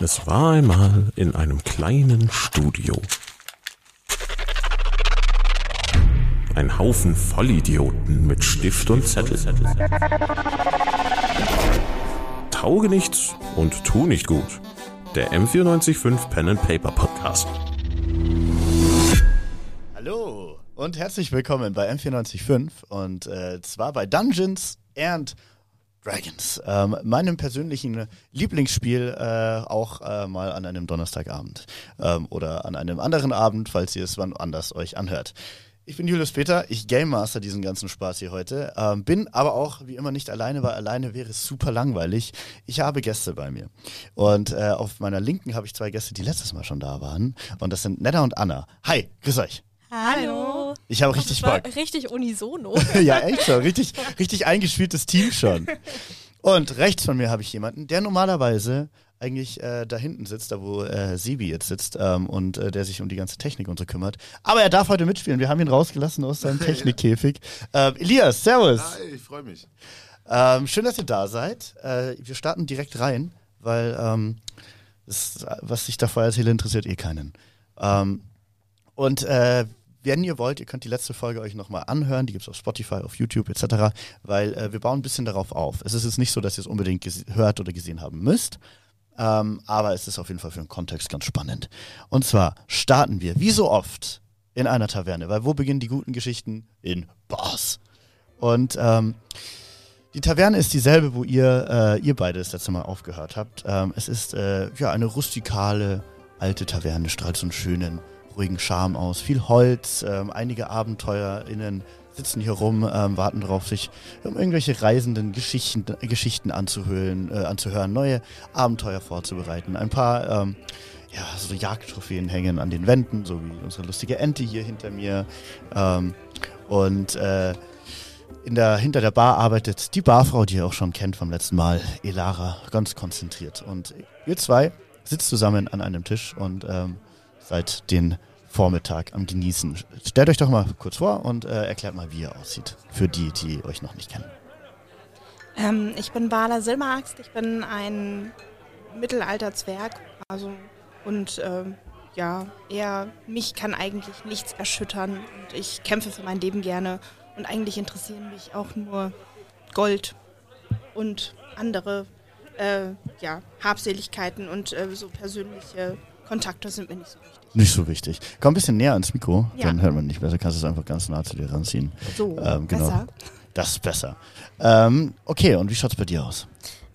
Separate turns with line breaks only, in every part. Es war einmal in einem kleinen Studio. Ein Haufen Vollidioten mit Stift und Zettel. Tauge nichts und tu nicht gut. Der M945 Pen and Paper Podcast.
Hallo und herzlich willkommen bei M945 und äh, zwar bei Dungeons and Dragons, ähm, meinem persönlichen Lieblingsspiel, äh, auch äh, mal an einem Donnerstagabend ähm, oder an einem anderen Abend, falls ihr es wann anders euch anhört. Ich bin Julius Peter, ich Game Master diesen ganzen Spaß hier heute, ähm, bin aber auch wie immer nicht alleine, weil alleine wäre es super langweilig. Ich habe Gäste bei mir und äh, auf meiner Linken habe ich zwei Gäste, die letztes Mal schon da waren und das sind Netta und Anna. Hi, grüß euch.
Hallo.
Ich habe richtig
das war
Bock.
Richtig unisono.
ja, echt schon. Richtig, richtig eingespieltes Team schon. Und rechts von mir habe ich jemanden, der normalerweise eigentlich äh, da hinten sitzt, da wo äh, Sebi jetzt sitzt ähm, und äh, der sich um die ganze Technik und so kümmert. Aber er darf heute mitspielen. Wir haben ihn rausgelassen aus seinem Technikkäfig. Ähm, Elias, Servus.
Hi, ich freue mich.
Ähm, schön, dass ihr da seid. Äh, wir starten direkt rein, weil ähm, das, was ich davor erzähle, interessiert eh keinen. Ähm, und äh, wenn ihr wollt, ihr könnt die letzte Folge euch nochmal anhören. Die gibt es auf Spotify, auf YouTube etc., weil äh, wir bauen ein bisschen darauf auf. Es ist jetzt nicht so, dass ihr es unbedingt gese- hört oder gesehen haben müsst. Ähm, aber es ist auf jeden Fall für den Kontext ganz spannend. Und zwar starten wir, wie so oft, in einer Taverne. Weil wo beginnen die guten Geschichten? In Bars. Und ähm, die Taverne ist dieselbe, wo ihr, äh, ihr beide das letzte Mal aufgehört habt. Ähm, es ist äh, ja eine rustikale, alte Taverne, strahlt so einen schönen, ruhigen Charme aus. Viel Holz, ähm, einige AbenteuerInnen sitzen hier rum, ähm, warten darauf, sich um irgendwelche reisenden Geschichten, Geschichten anzuhören, äh, anzuhören, neue Abenteuer vorzubereiten. Ein paar ähm, ja, so Jagdtrophäen hängen an den Wänden, so wie unsere lustige Ente hier hinter mir. Ähm, und äh, in der, hinter der Bar arbeitet die Barfrau, die ihr auch schon kennt vom letzten Mal, Elara, ganz konzentriert. Und ihr zwei sitzt zusammen an einem Tisch und ähm, seid den Vormittag am Genießen. Stellt euch doch mal kurz vor und äh, erklärt mal, wie ihr aussieht. Für die, die euch noch nicht kennen.
ähm, ich bin Bala Silmeraxt, ich bin ein Mittelalterzwerg. Also, und ähm, ja, eher mich kann eigentlich nichts erschüttern. Und ich kämpfe für mein Leben gerne. Und eigentlich interessieren mich auch nur Gold und andere äh, ja, Habseligkeiten und äh, so persönliche Kontakte sind mir nicht so wichtig.
Nicht so wichtig. Komm ein bisschen näher ans Mikro,
Ja.
dann hört man nicht besser. Kannst du es einfach ganz nah zu dir ranziehen.
So,
Ähm, genau.
besser.
Das ist besser. Ähm, okay, und wie schaut's bei dir aus?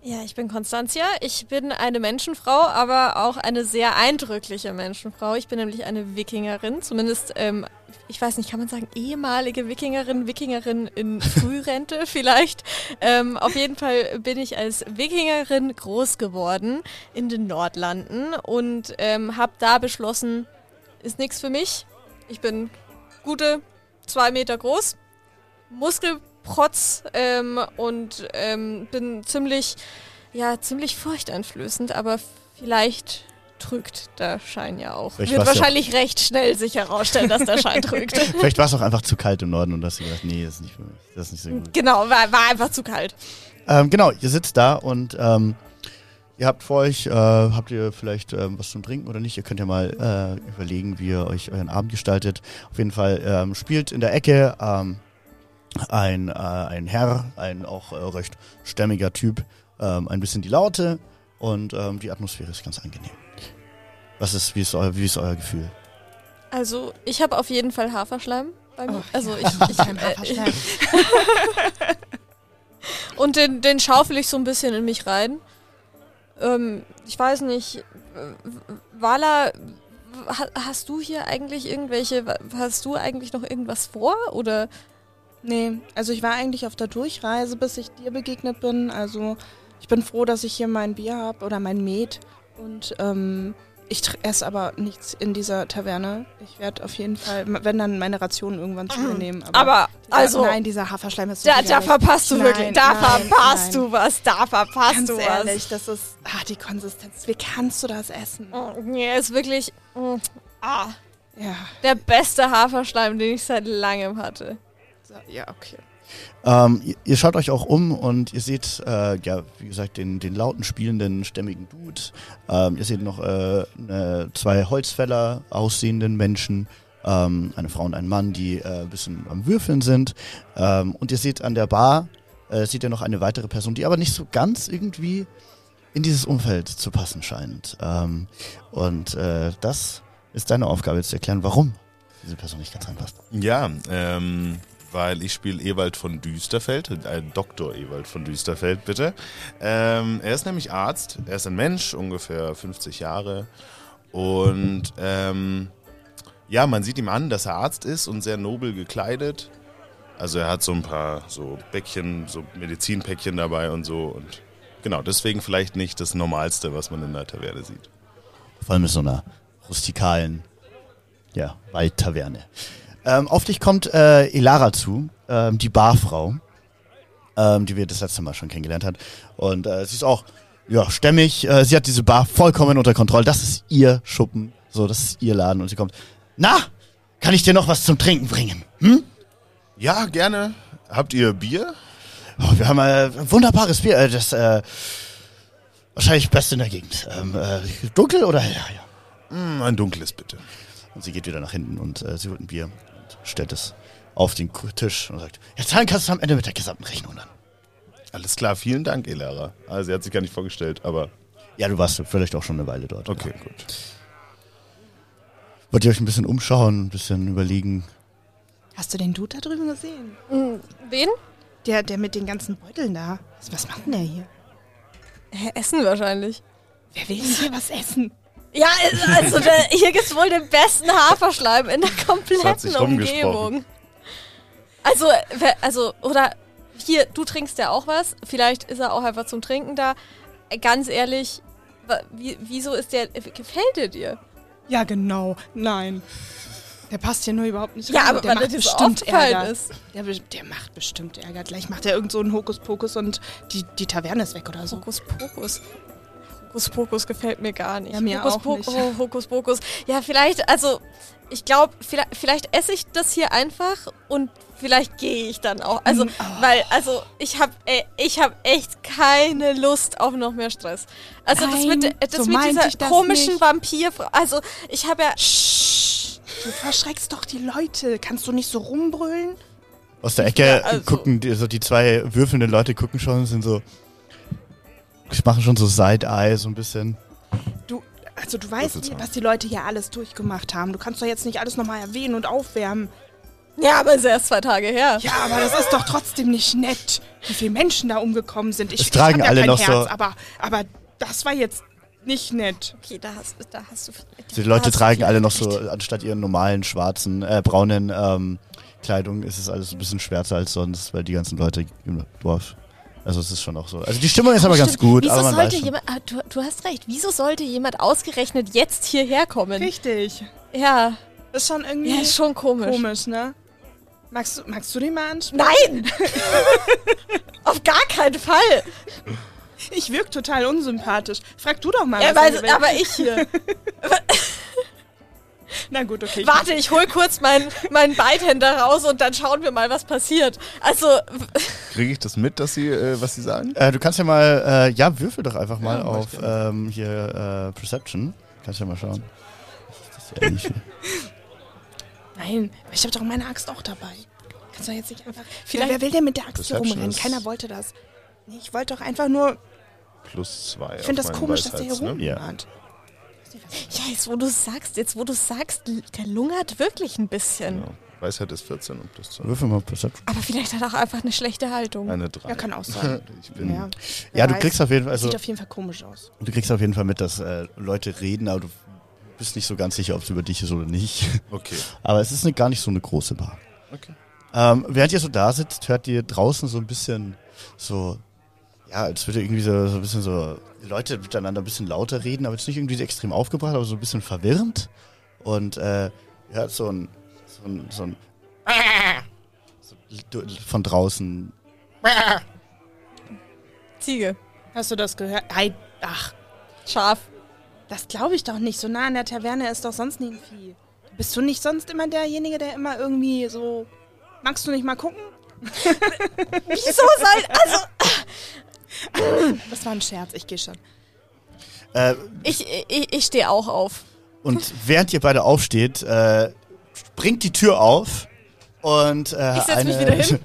Ja, ich bin Konstantia. Ich bin eine Menschenfrau, aber auch eine sehr eindrückliche Menschenfrau. Ich bin nämlich eine Wikingerin, zumindest, ähm, ich weiß nicht, kann man sagen, ehemalige Wikingerin, Wikingerin in Frührente vielleicht. Ähm, auf jeden Fall bin ich als Wikingerin groß geworden in den Nordlanden und ähm, habe da beschlossen, ist nichts für mich. Ich bin gute zwei Meter groß, Muskelprotz ähm, und ähm, bin ziemlich, ja, ziemlich furchteinflößend, aber vielleicht trügt der Schein ja auch.
Ich
Wird
weiß ja-
wahrscheinlich recht schnell sich herausstellen, dass der Schein trügt.
Vielleicht war es auch einfach zu kalt im Norden und hast du gedacht, nee, das ist nicht für mich. Das ist nicht so gut.
Genau, war, war einfach zu kalt.
Ähm, genau, ihr sitzt da und ähm, ihr habt vor euch, äh, habt ihr vielleicht ähm, was zum Trinken oder nicht? Ihr könnt ja mal äh, überlegen, wie ihr euch euren Abend gestaltet. Auf jeden Fall ähm, spielt in der Ecke ähm, ein, äh, ein Herr, ein auch äh, recht stämmiger Typ, ähm, ein bisschen die Laute und ähm, die Atmosphäre ist ganz angenehm. Was ist, wie ist euer, wie ist euer Gefühl?
Also, ich habe auf jeden Fall Haferschleim bei mir. also, ich, ich,
Kein
äh,
Haferschleim.
Und den, den schaufel ich so ein bisschen in mich rein. Ähm, ich weiß nicht, äh, Wala, ha, hast du hier eigentlich irgendwelche, wa- hast du eigentlich noch irgendwas vor? Oder
Nee, also ich war eigentlich auf der Durchreise, bis ich dir begegnet bin. Also ich bin froh, dass ich hier mein Bier habe oder mein Met. Und ähm, ich tr- esse aber nichts in dieser Taverne. Ich werde auf jeden Fall, m- wenn dann meine Ration irgendwann zu mir nehmen.
aber also
nein, dieser Haferschleim ist so
da, da
widerlich.
verpasst du
Nein,
wirklich, da
nein,
verpasst
nein.
du was, da verpasst
Ganz
du
ehrlich, das ist ah, die Konsistenz. Wie kannst du das essen?
was. Oh, nee, ist wirklich mm, ah,
Ja,
der beste Haferschleim, den ich seit langem hatte.
so, ja okay.
Ähm, ihr, ihr schaut euch auch um und ihr seht, äh, ja, wie gesagt, den, den lauten, spielenden, stämmigen Dude. Ähm, ihr seht noch äh, ne, zwei Holzfäller aussehenden Menschen, ähm, eine Frau und ein Mann, die äh, ein bisschen am Würfeln sind. Ähm, und ihr seht an der Bar, äh, seht ihr noch eine weitere Person, die aber nicht so ganz irgendwie in dieses Umfeld zu passen scheint. Ähm, und äh, das ist deine Aufgabe, jetzt zu erklären, warum diese Person nicht ganz reinpasst.
Ja, ähm, weil ich spiele Ewald von Düsterfeld, äh, Dr. Ewald von Düsterfeld, bitte. Ähm, er ist nämlich Arzt, er ist ein Mensch, ungefähr 50 Jahre. Und ähm, ja, man sieht ihm an, dass er Arzt ist und sehr nobel gekleidet. Also er hat so ein paar so Päckchen, so Medizinpäckchen dabei und so. Und genau, deswegen vielleicht nicht das Normalste, was man in der Taverne sieht.
Vor allem in so einer rustikalen ja, Waldtaverne. Ähm, auf dich kommt äh, Elara zu, ähm, die Barfrau, ähm, die wir das letzte Mal schon kennengelernt hat. Und äh, sie ist auch ja, stämmig. Äh, sie hat diese Bar vollkommen unter Kontrolle. Das ist ihr Schuppen. So, das ist ihr Laden. Und sie kommt. Na, kann ich dir noch was zum Trinken bringen?
Ja, gerne. Habt ihr Bier?
Oh, wir haben äh, ein wunderbares Bier. Äh, das äh, wahrscheinlich beste in der Gegend. Ähm, äh, dunkel oder hell? Ja, ja.
Hm, ein dunkles bitte.
Und sie geht wieder nach hinten und äh, sie holt ein Bier und stellt es auf den Ku- Tisch und sagt, ja, zahlen kannst du am Ende mit der gesamten Rechnung dann.
Alles klar, vielen Dank, Elara. Also, sie hat sich gar nicht vorgestellt, aber
Ja, du warst vielleicht auch schon eine Weile dort.
okay, gut.
Wollt ihr euch ein bisschen umschauen, ein bisschen überlegen?
Hast du den Dude da drüben gesehen?
Wen?
Der, der mit den ganzen Beuteln da. Was, was macht denn der hier?
Hä, Essen wahrscheinlich.
Wer will denn hier was essen?
Ja, also der, hier gibt's wohl den besten Haferschleim in der
hat sich
kompletten
rumgesprochen.
Umgebung. Also, wer- also, oder hier, du trinkst ja auch was. Vielleicht ist er auch einfach zum Trinken da. Äh, Ganz ehrlich, wa- wie, wieso ist der. äh, Gefällt er dir?
Ja, genau. Nein. Der passt hier nur überhaupt nicht
Ja,
rein.
aber
der
weil er
macht
dir so
bestimmt
aufgefallen
Ärger.
ist.
Der, be- der macht bestimmt Ärger. Gleich macht er irgend so einen Hokuspokus und die, die Taverne ist weg oder so.
Hokus Pokus. Hokus Pokus gefällt mir gar nicht.
Ja, mir
Hokus
auch
Pok-
nicht.
Oh, Hokus Pokus. Ja, vielleicht, also ich glaube, vielleicht, vielleicht esse ich das hier einfach und vielleicht gehe ich dann auch.
Mm,
Also,
oh.
weil, also ich habe ich hab echt keine Lust auf noch mehr Stress. Also das
Nein,
mit, äh, das
so
mit
meinte
dieser
ich das
komischen
nicht.
Vampirfrau. Also ich habe ja...
Psst, du verschreckst doch die Leute. Kannst du nicht so rumbrüllen?
Aus der Ecke
also-
gucken die, so die zwei würfelnden Leute gucken schon und sind so machen schon so Side-Eye so ein bisschen.
Du, also du weißt,
Würfelzahl.
wie, was die Leute hier alles durchgemacht haben. Du kannst doch jetzt nicht alles nochmal erwähnen und aufwärmen.
Ja, aber ist erst zwei Tage her.
Ja, aber das ist doch trotzdem nicht nett, wie viele Menschen da umgekommen sind. Ich,
Es tragen
ich hab
alle
ja kein
noch so-
Herz, aber, aber das war jetzt nicht nett.
Okay, da hast, da hast du... viel-
Die
da
Leute
hast du
tragen
viel
alle noch
recht.
so, anstatt ihren normalen schwarzen, äh, braunen ähm, Kleidung ist es alles ein bisschen schwärzer als sonst, weil die ganzen Leute im Dorf. Also es ist schon auch so. Also die Stimmung ist aber ganz
Stimmt.
gut,
Wieso
aber man
sollte
weiß schon.
jemand, ah, du, du hast recht. Wieso sollte jemand ausgerechnet jetzt hierher
Hm.
kommen?
Richtig.
Ja,
Ist schon irgendwie
ja, ist schon Hm. komisch.
komisch, ne? Magst, du- magst du den mal ansprechen?
Nein! Auf gar keinen Fall!
Ich wirke total unsympathisch. Frag du doch mal.
Ja,
was
weil,
du willst.
aber ich hier.
Na gut, okay. ich-
Warte, ich hol kurz meinen meinen Beidhänder raus und dann schauen wir mal, was passiert. Also, w-
Kriege ich das mit, dass sie, äh, was sie sagen?
Äh, du kannst ja mal, äh, ja, würfel doch einfach mal
Ja, mach
auf
ich
ähm, hier äh, Perception. Kannst ja mal schauen. Das ist ja eh nicht viel.
Nein, ich habe doch meine Axt auch dabei. Kannst du jetzt nicht einfach.
Vielleicht-
Vielleicht wer will denn mit der Axt hier
Perception
rumrennen?
ist-
Keiner wollte das. Nee, ich wollte doch einfach nur.
Plus zwei.
Ich finde
auf
das
meinen
komisch, dass der
Weisheits-
hier
ne?
rumrennt.
ja, jetzt wo du sagst, jetzt wo du sagst, der lungert wirklich ein bisschen.
Genau. Weisheit ist 14 und plus zwei.
Würfel mal Perception.
Aber vielleicht hat er auch einfach eine schlechte Haltung.
Eine drei.
Ja, kann auch sein.
Ich bin
Ja,
Ja, du
weiß.
kriegst auf jeden Fall, also
Sieht auf jeden Fall komisch aus.
du kriegst auf jeden Fall mit, dass äh, Leute reden, aber du bist nicht so ganz sicher, ob es über dich ist oder nicht.
okay.
Aber es ist eine, gar nicht so eine große Bar.
Okay.
Ähm, während ihr so da sitzt, hört ihr draußen so ein bisschen so, ja, als würde irgendwie so, so ein bisschen so die Leute miteinander ein bisschen lauter reden, aber jetzt nicht irgendwie so extrem aufgebracht, aber so ein bisschen verwirrend. Und äh, ihr hört so ein, so ein, so ein so von draußen.
Ziege.
Hast du das gehört? Ei, ach,
Schaf.
das glaube ich doch nicht. So nah an der Taverne ist doch sonst nie ein Vieh. Bist du nicht sonst immer derjenige, der immer irgendwie so. Magst du nicht mal gucken?
Wieso soll. Also,
Das war ein Scherz, ich gehe schon.
Äh,
ich, ich, ich stehe auch auf.
und während ihr beide aufsteht, äh, springt die Tür auf und äh,
Ich setz
eine,
mich wieder hin.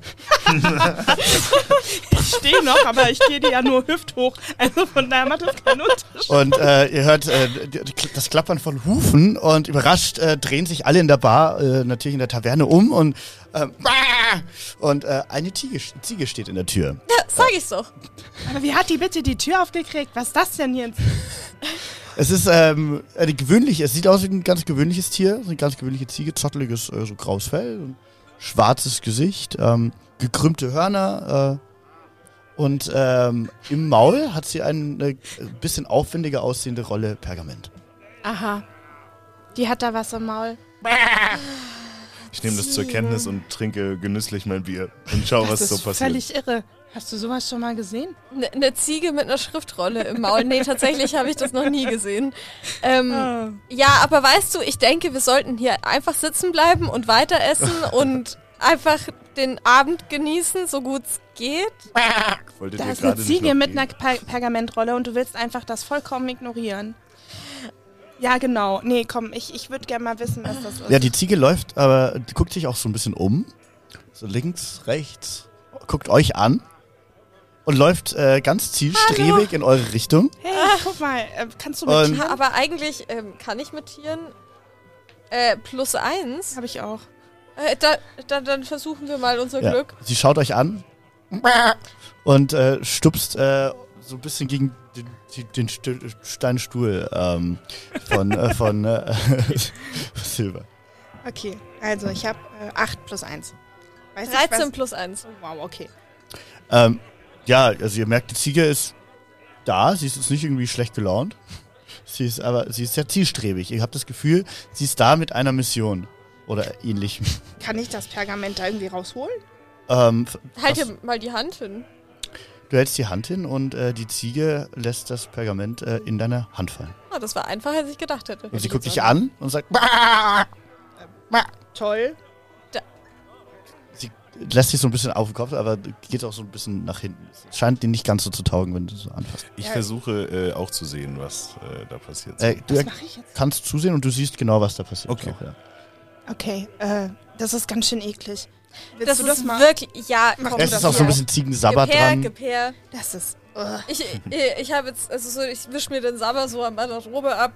Ich stehe noch, aber ich gehe die ja nur hüfthoch. Also von daher macht das keinen Unterschied.
Und äh, ihr hört äh, die- die- das Klappern von Hufen und überrascht äh, drehen sich alle in der Bar, äh, natürlich in der Taverne um und äh, und äh, eine Ziege, Ziege steht in der Tür.
Ja, sag ich's doch.
Aber wie hat die bitte die Tür aufgekriegt? Was ist das denn hier?
Es ist ähm, eine gewöhnliche, es sieht aus wie ein ganz gewöhnliches Tier, so eine ganz gewöhnliche Ziege, zotteliges, äh, so graues Fell, und schwarzes Gesicht, ähm, gekrümmte Hörner äh, und ähm, im Maul hat sie eine äh, bisschen aufwendiger aussehende Rolle Pergament.
Aha. Die hat da was im Maul.
Ich nehme das zur Kenntnis und trinke genüsslich mein Bier und schau, Oh, was
das
so
ist
passiert.
völlig irre. Hast du sowas schon mal gesehen?
Eine ne Ziege mit einer Schriftrolle im Maul. Nee, tatsächlich habe ich das noch nie gesehen.
Ah.
Ähm, ja, aber weißt du, ich denke, wir sollten hier einfach sitzen bleiben und weiter essen und einfach den Abend genießen, so gut's geht.
Wolltet
Da
ihr
ist eine
gerade nicht
Ziege
noch
mit
gehen?
einer Per- Pergamentrolle und du willst einfach das vollkommen ignorieren. Ja, genau. Nee, komm, ich, ich würde gerne mal wissen, was das ist.
Ja, die Ziege läuft, aber die guckt sich auch so ein bisschen um. So links, rechts, guckt euch an und läuft äh, ganz zielstrebig in eure Richtung.
hey, guck mal, äh, kannst du
Und-
mit Tieren?
Aber eigentlich ähm, kann ich mit Tieren äh, plus eins.
Habe ich auch.
Äh, da, da, dann versuchen wir mal unser
Ja.
Glück.
Sie schaut euch an und äh, stupst äh, so ein bisschen gegen den, die- den Stu- Steinstuhl ähm, von, äh, von äh, Silber.
Okay, also ich habe äh, 8 plus 1. Weiß ich,
13
was-
plus eins.
Oh, Wow, okay.
Ähm, ja, also ihr merkt, die Ziege ist da, sie ist jetzt nicht irgendwie schlecht gelaunt. Sie ist aber, sie ist sehr zielstrebig. Ihr habt das Gefühl, sie ist da mit einer Mission oder ähnlichem.
Kann ich das Pergament da irgendwie rausholen?
Ähm, f-
Halt
was-
dir mal die Hand hin.
du hältst die Hand hin und äh, die Ziege lässt das Pergament äh, in deine Hand fallen.
Ah, das war einfacher, als ich gedacht hätte.
Und sie guckt dich an und sagt, "Bah!"
Toll.
sie lässt sich so ein bisschen auf den Kopf, aber geht auch so ein bisschen nach hinten. Es scheint dir nicht ganz so zu taugen, wenn du so anfasst.
Ich
Ja.
versuche äh, auch zu sehen, was äh, da passiert.
Äh, du
Was mache ich jetzt?
kannst zusehen und du siehst genau, was da passiert.
Okay.
Auch, ja.
Okay, äh, das ist ganz schön eklig. Willst
Das
du
ist
das mal?
wirklich. Ja,
Mach
komm,
du
Es
das
ist auch so ein
mal.
bisschen Ziegensabbat
Gepair,
dran.
Gepair.
Das ist. Ugh.
Ich, ich, ich habe jetzt, also so, ich wisch mir den Sabber so an meiner Robe ab,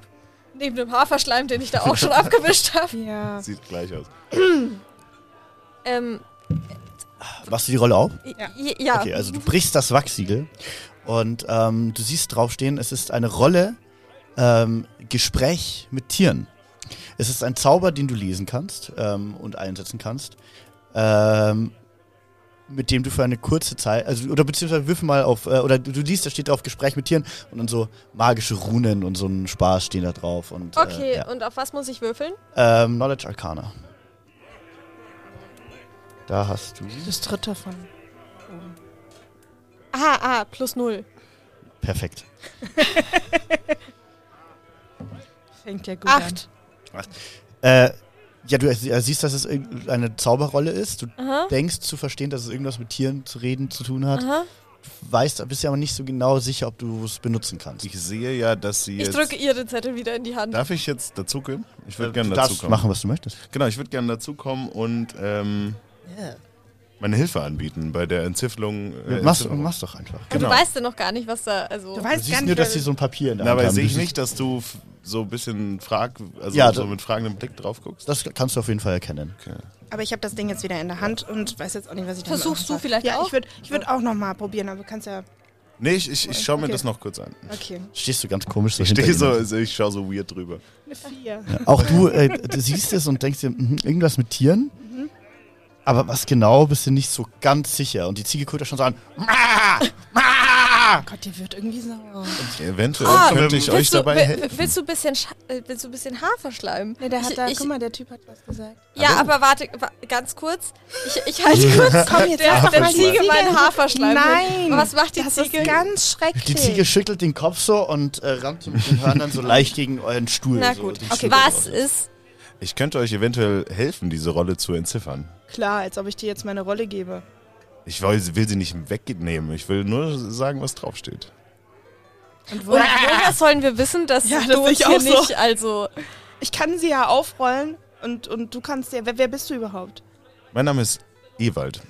neben dem Haferschleim, den ich da auch schon abgewischt habe.
Ja.
Sieht gleich aus.
Ähm,
Machst du die Rolle auf?
ja.
Ja.
ja.
Okay, also du brichst das Wachsiegel und ähm, du siehst draufstehen, es ist eine Rolle ähm, Gespräch mit Tieren. Es ist ein Zauber, den du lesen kannst ähm, und einsetzen kannst, ähm, mit dem du für eine kurze Zeit, also oder beziehungsweise wirf mal auf, äh, oder du, du liest, da steht drauf Gespräch mit Tieren und dann so magische Runen und so ein Spaß stehen da drauf. Und,
Okay,
äh, ja.
und auf was muss ich würfeln?
ähm, Knowledge Arcana. Da hast du
Das dritte von.
Ah, ah, plus null.
perfekt.
Fängt ja gut
Acht.
Äh, ja, du äh, siehst, dass es eine Zauberrolle ist. Du
Aha.
denkst zu verstehen, dass es irgendwas mit Tieren zu reden zu tun hat.
Aha.
Weißt, bist ja aber nicht so genau sicher, ob du es benutzen kannst.
Ich sehe ja, dass sie
Ich
jetzt...
drücke ihr den Zettel wieder in die Hand.
Darf ich jetzt dazugehen? Ich würde
Äh, du
gerne
darfst
dazukommen.
machen, was du möchtest.
Genau, ich würde gerne dazukommen und ähm, meine Hilfe anbieten bei der Entzifferung. Äh,
Mach's,
Entzifferung.
mach's doch einfach.
Aber
genau.
Du weißt ja noch gar nicht, was da, also.
Du
Du
weißt gar
siehst
nicht,
nur, dass
wer-
sie so ein Papier in der Hand
Dabei
haben.
sehe ich
Du
nicht, dass du f- so ein bisschen frag, also
Ja,
so
da-
mit fragendem Blick drauf
siehst-
guckst.
Das kannst du auf jeden Fall erkennen.
Aber ich habe das Ding jetzt wieder in der Hand und weiß jetzt auch nicht, was ich damit
Versuchst
machen
du
soll.
vielleicht
ja,
auch?
Ich würde ich würd auch nochmal probieren, aber du kannst ja.
Nee, ich, ich, ich schaue mir
Okay.
das noch kurz an.
Okay.
Stehst du ganz komisch so
Ich
hinter
stehe so,
ihnen.
also ich schaue so weird drüber.
Eine Vier.
Auch du, äh, du siehst es und denkst dir, mhm, irgendwas mit Tieren.
Mhm.
Aber was genau, bist du nicht so ganz sicher. Und die Ziege guckt ja schon so an.
Oh Gott, die wird irgendwie sauer.
Eventuell
Ah,
könnte ich euch
willst, du,
dabei helfen.
will- willst du ein bisschen, Scha- äh, willst du ein bisschen Haferschleim?
Nee, der hat
ich,
da.
ich,
guck mal, der Typ hat was gesagt.
Ja, aber warte, wa ganz kurz. Ich, ich halte kurz
Komm jetzt,
der,
lass
der
mal die
Ziege
Ziege
meinen
in-
Haferschleim.
Nein!
Was macht die
das
Ziege?
ist ganz schrecklich.
Die Ziege schüttelt den Kopf so und äh, rammt so mit den Hörnern so leicht gegen euren Stuhl.
Na
so
gut,
den
okay.
Stuhl
Was
so.
ist.
Ich könnte euch eventuell helfen, diese Rolle zu entziffern.
Klar, als ob ich dir jetzt meine Rolle gebe.
Ich will, will sie nicht wegnehmen. Ich will nur sagen, was draufsteht.
Und wo
Und woher sollen wir wissen, dass
Ja, das
du
sehe
uns
ich
hier
auch so.
nicht, also
Ich kann sie ja aufrollen und, und du kannst ja. Wer, wer bist du überhaupt?
Mein Name ist Ewald.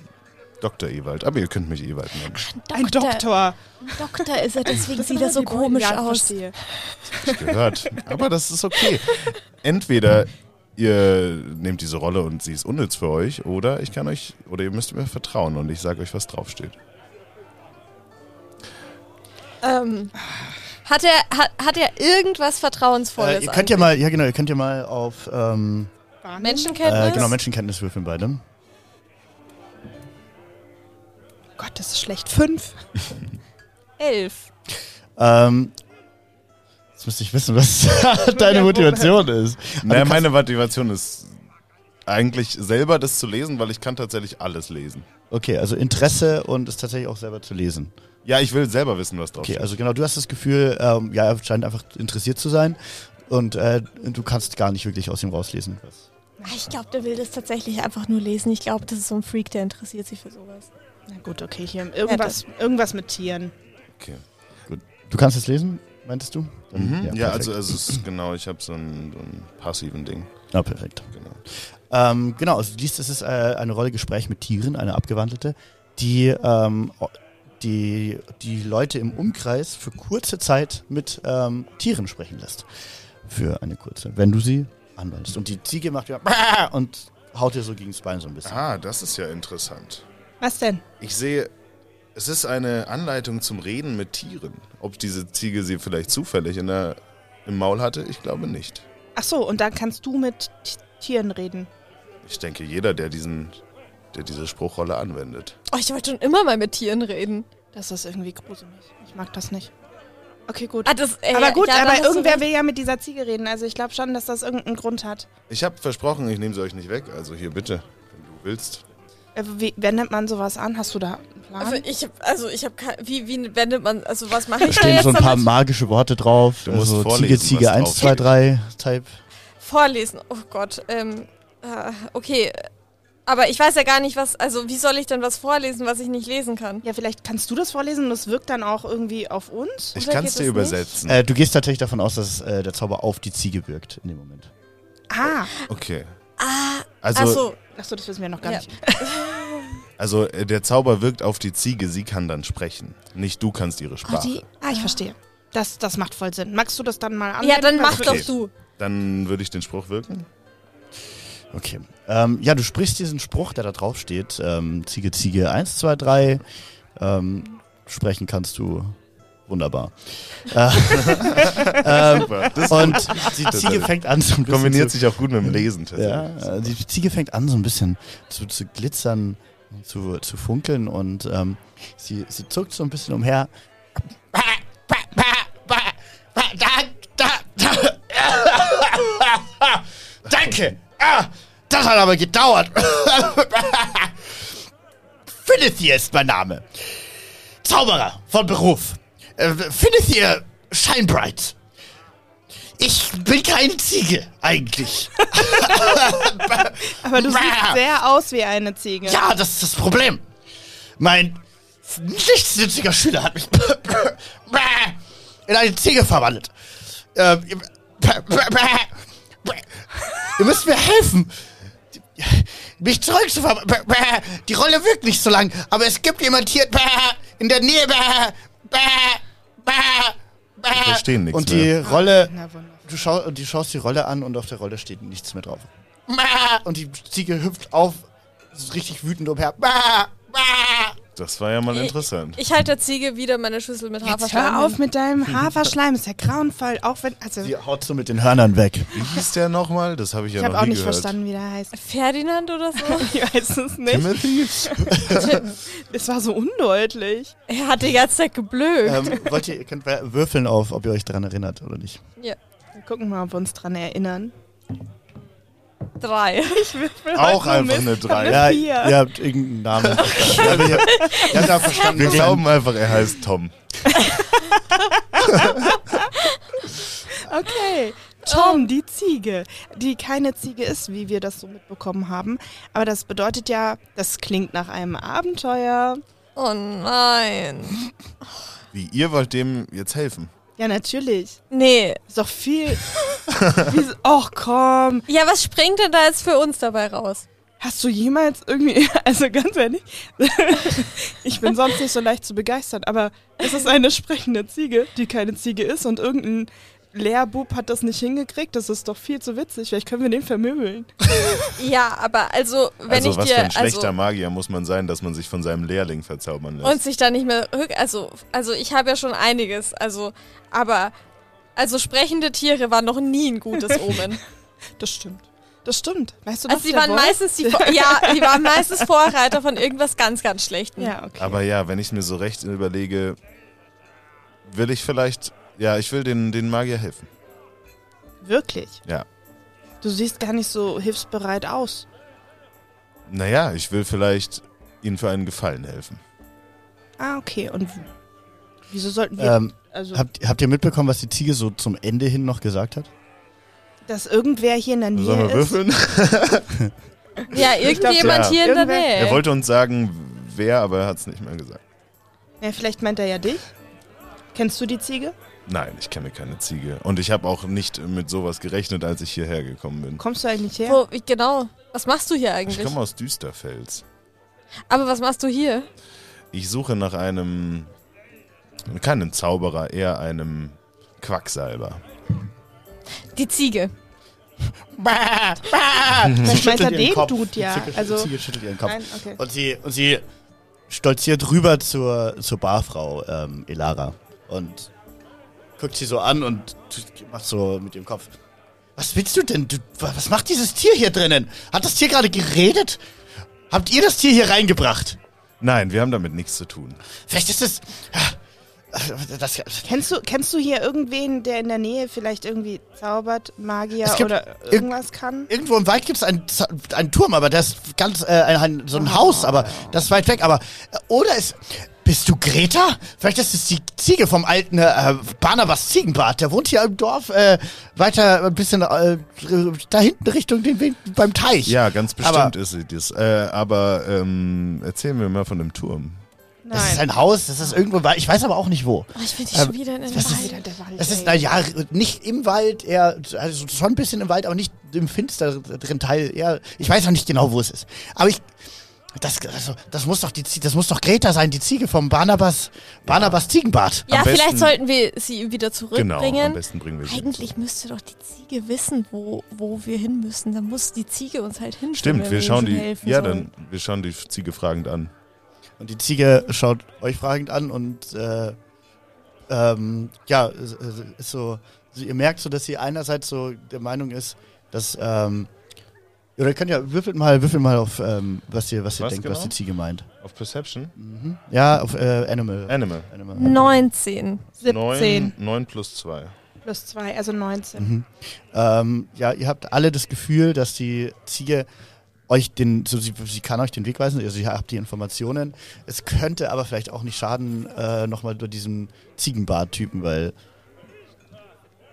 Dr. Ewald. Aber ihr könnt mich Ewald nennen.
Ein Doktor.
Doktor ist er, deswegen sieht er so
Die wollen-
komisch
ja,
aus.
Verstehe.
Hab ich gehört. Aber das ist okay. Entweder ihr nehmt diese Rolle und sie ist unnütz für euch, oder ich kann euch, oder ihr müsst mir vertrauen und ich sage euch, was draufsteht.
Ähm, hat, er, hat, hat er irgendwas Vertrauensvolles?
Äh, ihr könnt ja mal, ja genau, ihr könnt ja mal auf ähm,
Menschenkenntnis?
äh, genau, Menschenkenntnis würfeln beide.
Oh Gott, das ist schlecht. Fünf.
Elf.
Ähm, jetzt müsste ich wissen, was deine
Ja,
Motivation ist. Aber du
Naja,
kannst-
meine Motivation ist eigentlich selber das zu lesen, weil ich kann tatsächlich alles lesen.
Okay, also Interesse und es tatsächlich auch selber zu lesen.
Ja, ich will selber wissen, was
Okay,
draufsteht.
also genau, du hast das Gefühl, ähm, ja, er scheint einfach interessiert zu sein und äh, du kannst gar nicht wirklich aus ihm rauslesen. Was.
Ah, Ich glaube, der will das tatsächlich einfach nur lesen. Ich glaube, das ist so ein Freak, der interessiert sich für sowas.
Na gut, okay, hier. Irgendwas, irgendwas mit Tieren.
Okay. also-
Du kannst es lesen, meintest du? Dann-
Mhm. Ja,
perfekt.
also es ist genau, ich habe so einen, so einen passiven Ding.
Ja, perfekt.
Genau.
Ähm, genau, also du liest, es ist äh, eine Rolle Gespräch mit Tieren, eine abgewandelte, die, ähm, o- die die Leute im Umkreis für kurze Zeit mit ähm, Tieren sprechen lässt. Für eine kurze, wenn du sie anwandest. Und die Ziege macht ja und haut dir so gegen das Bein so ein bisschen.
Ah, das ist ja interessant.
Was denn?
Ich sehe, es ist eine Anleitung zum Reden mit Tieren. Ob diese Ziege sie vielleicht zufällig in der, im Maul hatte, ich glaube nicht.
Ach so, und dann kannst du mit T Tieren reden.
Ich denke, jeder, der diesen, der diese Spruchrolle anwendet.
Oh, ich wollte schon immer mal mit Tieren reden.
Das ist irgendwie gruselig. Ich mag das nicht. Okay, gut.
Ah, das, äh,
aber gut,
ja, da
aber
hast du
irgendwer
recht.
will ja mit dieser Ziege reden. Also ich glaube schon, dass das irgendeinen Grund hat.
Ich habe versprochen, ich nehme sie euch nicht weg. Also hier bitte, wenn du willst.
Äh, Wie, wer nennt man sowas an? Hast du da einen Plan?
Also ich, hab- also ich habe, wie, wie wendet man, also was mache
Da
ich da
stehen
jetzt
so ein paar
damit?
magische Worte drauf.
Du musst
also
vorlesen,
Ziege, Ziege
was
1, 2, 3 Type.
Vorlesen. Oh Gott. Ähm, äh, okay. Aber ich weiß ja gar nicht, was, also wie soll ich denn was vorlesen, was ich nicht lesen kann?
ja, vielleicht kannst du das vorlesen und es wirkt dann auch irgendwie auf uns.
Ich
Oder
kann es
geht
dir
es
übersetzen.
Äh, du gehst tatsächlich davon aus, dass äh, der Zauber auf die Ziege wirkt in dem Moment.
Ah,
Okay.
Ah,
Also,
also,
achso, das wissen wir noch gar
Ja.
nicht.
also äh, der Zauber wirkt auf die Ziege, sie kann dann sprechen. Nicht du kannst ihre Sprache.
Ah, ich verstehe. Das, das macht voll Sinn. Magst du das dann mal an?
ja, dann mach
Okay.
doch du.
Dann würde ich den Spruch wirken.
Okay. Ähm, ja, du sprichst diesen Spruch, der da drauf steht. Ähm, Ziege, Ziege 1, 2, 3. Ähm, sprechen kannst du wunderbar. Äh, ähm,
Super. Das
und die Ziege fängt an so ein bisschen
kombiniert
zu,
sich auch gut mit dem Lesen tatsächlich.
ja, äh, die Ziege fängt an so ein bisschen zu, zu glitzern, zu, zu funkeln und ähm, sie, sie zuckt so ein bisschen umher. Danke! Ah, das hat aber gedauert! Phinethi ist mein Name. Zauberer von Beruf. Äh, Phinethi Shinebright. Ich bin keine Ziege, eigentlich.
Aber du
Bäh.
siehst sehr aus wie eine Ziege.
Ja, das ist das Problem. Mein nichtsnütziger Schüler hat mich in eine Ziege verwandelt. Ähm, Ihr müsst mir helfen, mich zurückzuverwandeln. Die Rolle wirkt nicht so lang, aber es gibt jemand hier in der Nähe.
Wir verstehen nichts
Und die
mehr.
Rolle,
Na wunderbar.
du, schau, und du schaust die Rolle an und auf der Rolle steht nichts mehr drauf. Und die Ziege hüpft auf, ist richtig wütend umher.
Das war ja
Äh.
mal interessant.
Ich, ich halte der Ziege wieder meine Schüssel mit
Jetzt
Haferschleim.
hör auf
hin.
mit deinem Haferschleim. Ist ja grauenvoll. Auch wenn. Also,
Sie haut so mit den Hörnern weg.
Wie hieß der nochmal? Das habe ich ja
ich
noch
habe
nie
auch nicht
gehört.
verstanden, wie der heißt.
Ferdinand oder so?
Ich weiß es nicht.
Timothy?
Ähm,
Es war so undeutlich.
er hat die ganze Zeit geblökt.
ähm, wollt ihr, ihr könnt würfeln auf, ob ihr euch daran erinnert oder nicht.
Dann gucken wir mal, ob wir uns dran erinnern.
Drei.
Auch einfach eine 3.
Ja,
Vier.
ihr habt irgendeinen Namen. ja, wir, wir haben da verstanden.
Wir
dass-
glauben einfach, er heißt Tom.
Okay, Tom, die Ziege, die keine Ziege ist, wie wir das so mitbekommen haben. Aber das bedeutet ja, das klingt nach einem Abenteuer.
Oh nein.
Wie, ihr wollt dem jetzt helfen?
Ja, natürlich.
Nee.
Ist doch viel. Wieso- Och komm.
Ja, was springt denn da jetzt für uns dabei raus?
Hast du jemals irgendwie. Also ganz ehrlich, ich bin sonst nicht so leicht zu begeistern, aber es ist eine sprechende Ziege, die keine Ziege ist und irgendein. Lehrbub hat das nicht hingekriegt, das ist doch viel zu witzig. Vielleicht können wir den vermöbeln.
Ja, aber also, wenn
also
ich
was
dir.
für ein schlechter
also,
Magier muss man sein, dass man sich von seinem Lehrling verzaubern lässt.
und sich da nicht mehr rück. Also, also ich habe ja schon einiges. Also, aber. Also sprechende Tiere waren noch nie ein gutes Omen.
Das stimmt. Das stimmt. Weißt du, was
Also die
der
waren
Wolf-
meistens die Vor- ja, die waren meistens Vorreiter von irgendwas ganz, ganz Schlechtem.
Ja, okay.
Aber ja, wenn ich mir so recht überlege, will ich vielleicht, ja, ich will den, den Magier helfen.
Wirklich?
Ja.
Du siehst gar nicht so hilfsbereit aus.
Naja, ich will vielleicht ihnen für einen Gefallen helfen.
Ah, okay. Und w- wieso sollten wir.
Ähm,
also,
habt, habt ihr mitbekommen, was die Ziege so zum Ende hin noch gesagt hat?
dass irgendwer hier in der Nähe
Sollen wir
ist.
würfeln?
Ja, irgendjemand
ja.
hier in der
Irgendwer-
Nähe.
Er wollte uns sagen, wer, aber er hat es nicht mehr gesagt.
Ja, vielleicht meint er ja dich. Kennst du die Ziege?
Nein, ich kenne keine Ziege. Und ich habe auch nicht mit sowas gerechnet, als ich hierher gekommen bin.
Kommst du eigentlich her?
Wo, wie- genau. Was machst du hier
Ich
eigentlich?
komme aus Düsterfels.
Aber was machst du hier?
Ich suche nach einem, keinen Zauberer, eher einem Quacksalber.
Die Ziege.
Mhm.
Vielleicht meint er
schüttelt ihren
den
Kopf.
Dude ja.
Die Ziege, die
Also,
Ziege schüttelt ihren Kopf.
nein, okay.
Und sie, und sie stolziert rüber zur, zur Barfrau ähm, Elara und guckt sie so an und macht so mit ihrem Kopf. Was willst du denn? Du, wa- was macht dieses Tier hier drinnen? Hat das Tier gerade geredet? Habt ihr das Tier hier reingebracht?
Nein, wir haben damit nichts zu tun.
Vielleicht ist es. Ah, Das,
Kennst du, kennst du hier irgendwen, der in der Nähe vielleicht irgendwie zaubert, Magier
Es gibt
oder
irg-
irgendwas kann?
irgendwo im Wald gibt es einen, Z- einen Turm, aber das ist ganz äh, ein, ein, so ein Haus, aber das ist weit weg. Aber äh, oder ist bist du Greta? Vielleicht ist es die Ziege vom alten äh, Barnabas Ziegenbart. Der wohnt hier im Dorf äh, weiter ein bisschen äh, da hinten Richtung den Weg beim Teich.
Ja, ganz bestimmt
Aber-
ist sie das. Äh, aber ähm, erzähl mir mal von dem Turm.
Das ist halt ein Haus. Das ist irgendwo. im Wald. Ich weiß aber auch nicht wo.
Oh, ich will dich
Äh,
Ähm,
schon wieder in den
was ist-
Wald.
Alter, der Wald,
Das ist, halt
ey.
naja, nicht im Wald, eher, also schon ein bisschen im Wald, aber nicht im finsteren Teil. Eher, ich weiß noch nicht genau, wo es ist. Aber ich, das, also, das muss doch die, Zie- das muss doch Greta sein, die Ziege vom Barnabas, Barnabas Ziegenbart.
Ja,
am besten-
vielleicht sollten wir sie wieder
Genau, am
zurückbringen.
besten bringen wir sie.
Eigentlich müsste doch die Ziege wissen, wo, wo wir hin müssen. Da muss die Ziege uns halt hin.
Stimmt, wir schauen die.
Helfen
Ja,
sollen.
dann wir schauen die Ziege fragend an.
Und die Ziege schaut euch fragend an und, äh, ähm, ja, es- es ist so, so, ihr merkt so, dass sie einerseits so der Meinung ist, dass, ähm, oder ihr könnt ja, würfelt mal, würfelt mal auf, ähm, was ihr, was ihr
Was
denkt, was
genau?
die Ziege meint.
Auf Perception?
Mhm. Ja, auf äh, Animal.
Animal.
Animal.
19.
17
9, 9 plus 2.
plus 2, also 19.
Mhm. Ähm, ja, ihr habt alle das Gefühl, dass die Ziege euch den, so sie, sie kann euch den Weg weisen, also ihr habt die Informationen. Es könnte aber vielleicht auch nicht schaden, äh, nochmal durch diesen Ziegenbart-Typen, weil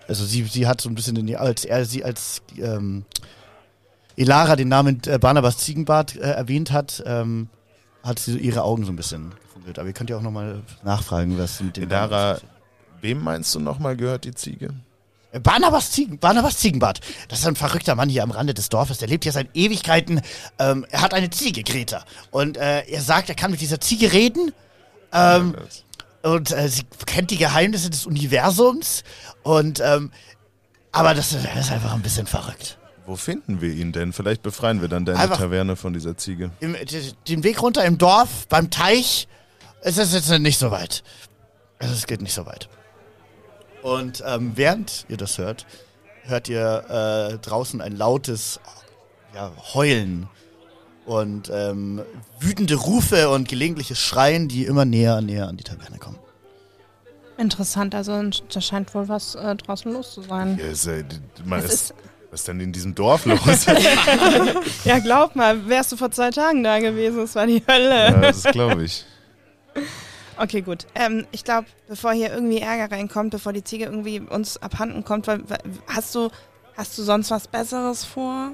also sie, sie hat so ein bisschen in die, als er sie als ähm, Elara den Namen äh, Barnabas Ziegenbart äh, erwähnt hat, ähm, hat sie ihre Augen so ein bisschen gefunkelt. Aber ihr könnt ja auch nochmal nachfragen, was mit dem
Elara, wem meinst du nochmal gehört die Ziege?
Barnabas, Ziegen, Barnabas Ziegenbart. Das ist ein verrückter Mann hier am Rande des Dorfes. Der lebt hier seit Ewigkeiten. Ähm, er hat eine Ziege, Greta. Und äh, er sagt, er kann mit dieser Ziege reden. Ähm, und äh, sie kennt die Geheimnisse des Universums. Und ähm, aber das, das ist einfach ein bisschen verrückt.
Wo finden wir ihn denn? Vielleicht befreien wir dann deine
Einfach-
Taverne von dieser Ziege.
Im, d- den Weg runter im Dorf, beim Teich, es ist jetzt nicht so weit. Also es geht nicht so weit. Und ähm, während ihr das hört, hört ihr äh, draußen ein lautes ja, Heulen und ähm, wütende Rufe und gelegentliches Schreien, die immer näher näher an die Taverne kommen.
Interessant, also da scheint wohl was äh, draußen los zu sein.
Ja, ist, äh, die- man
Es
ist,
ist,
was ist denn in diesem Dorf los?
ja, glaub mal, wärst du vor zwei Tagen da gewesen, es war die Hölle.
ja, das glaube ich.
Okay, gut. Ähm, ich glaube, bevor hier irgendwie Ärger reinkommt, bevor die Ziege irgendwie uns abhanden kommt, weil, weil- hast du hast du sonst was Besseres vor?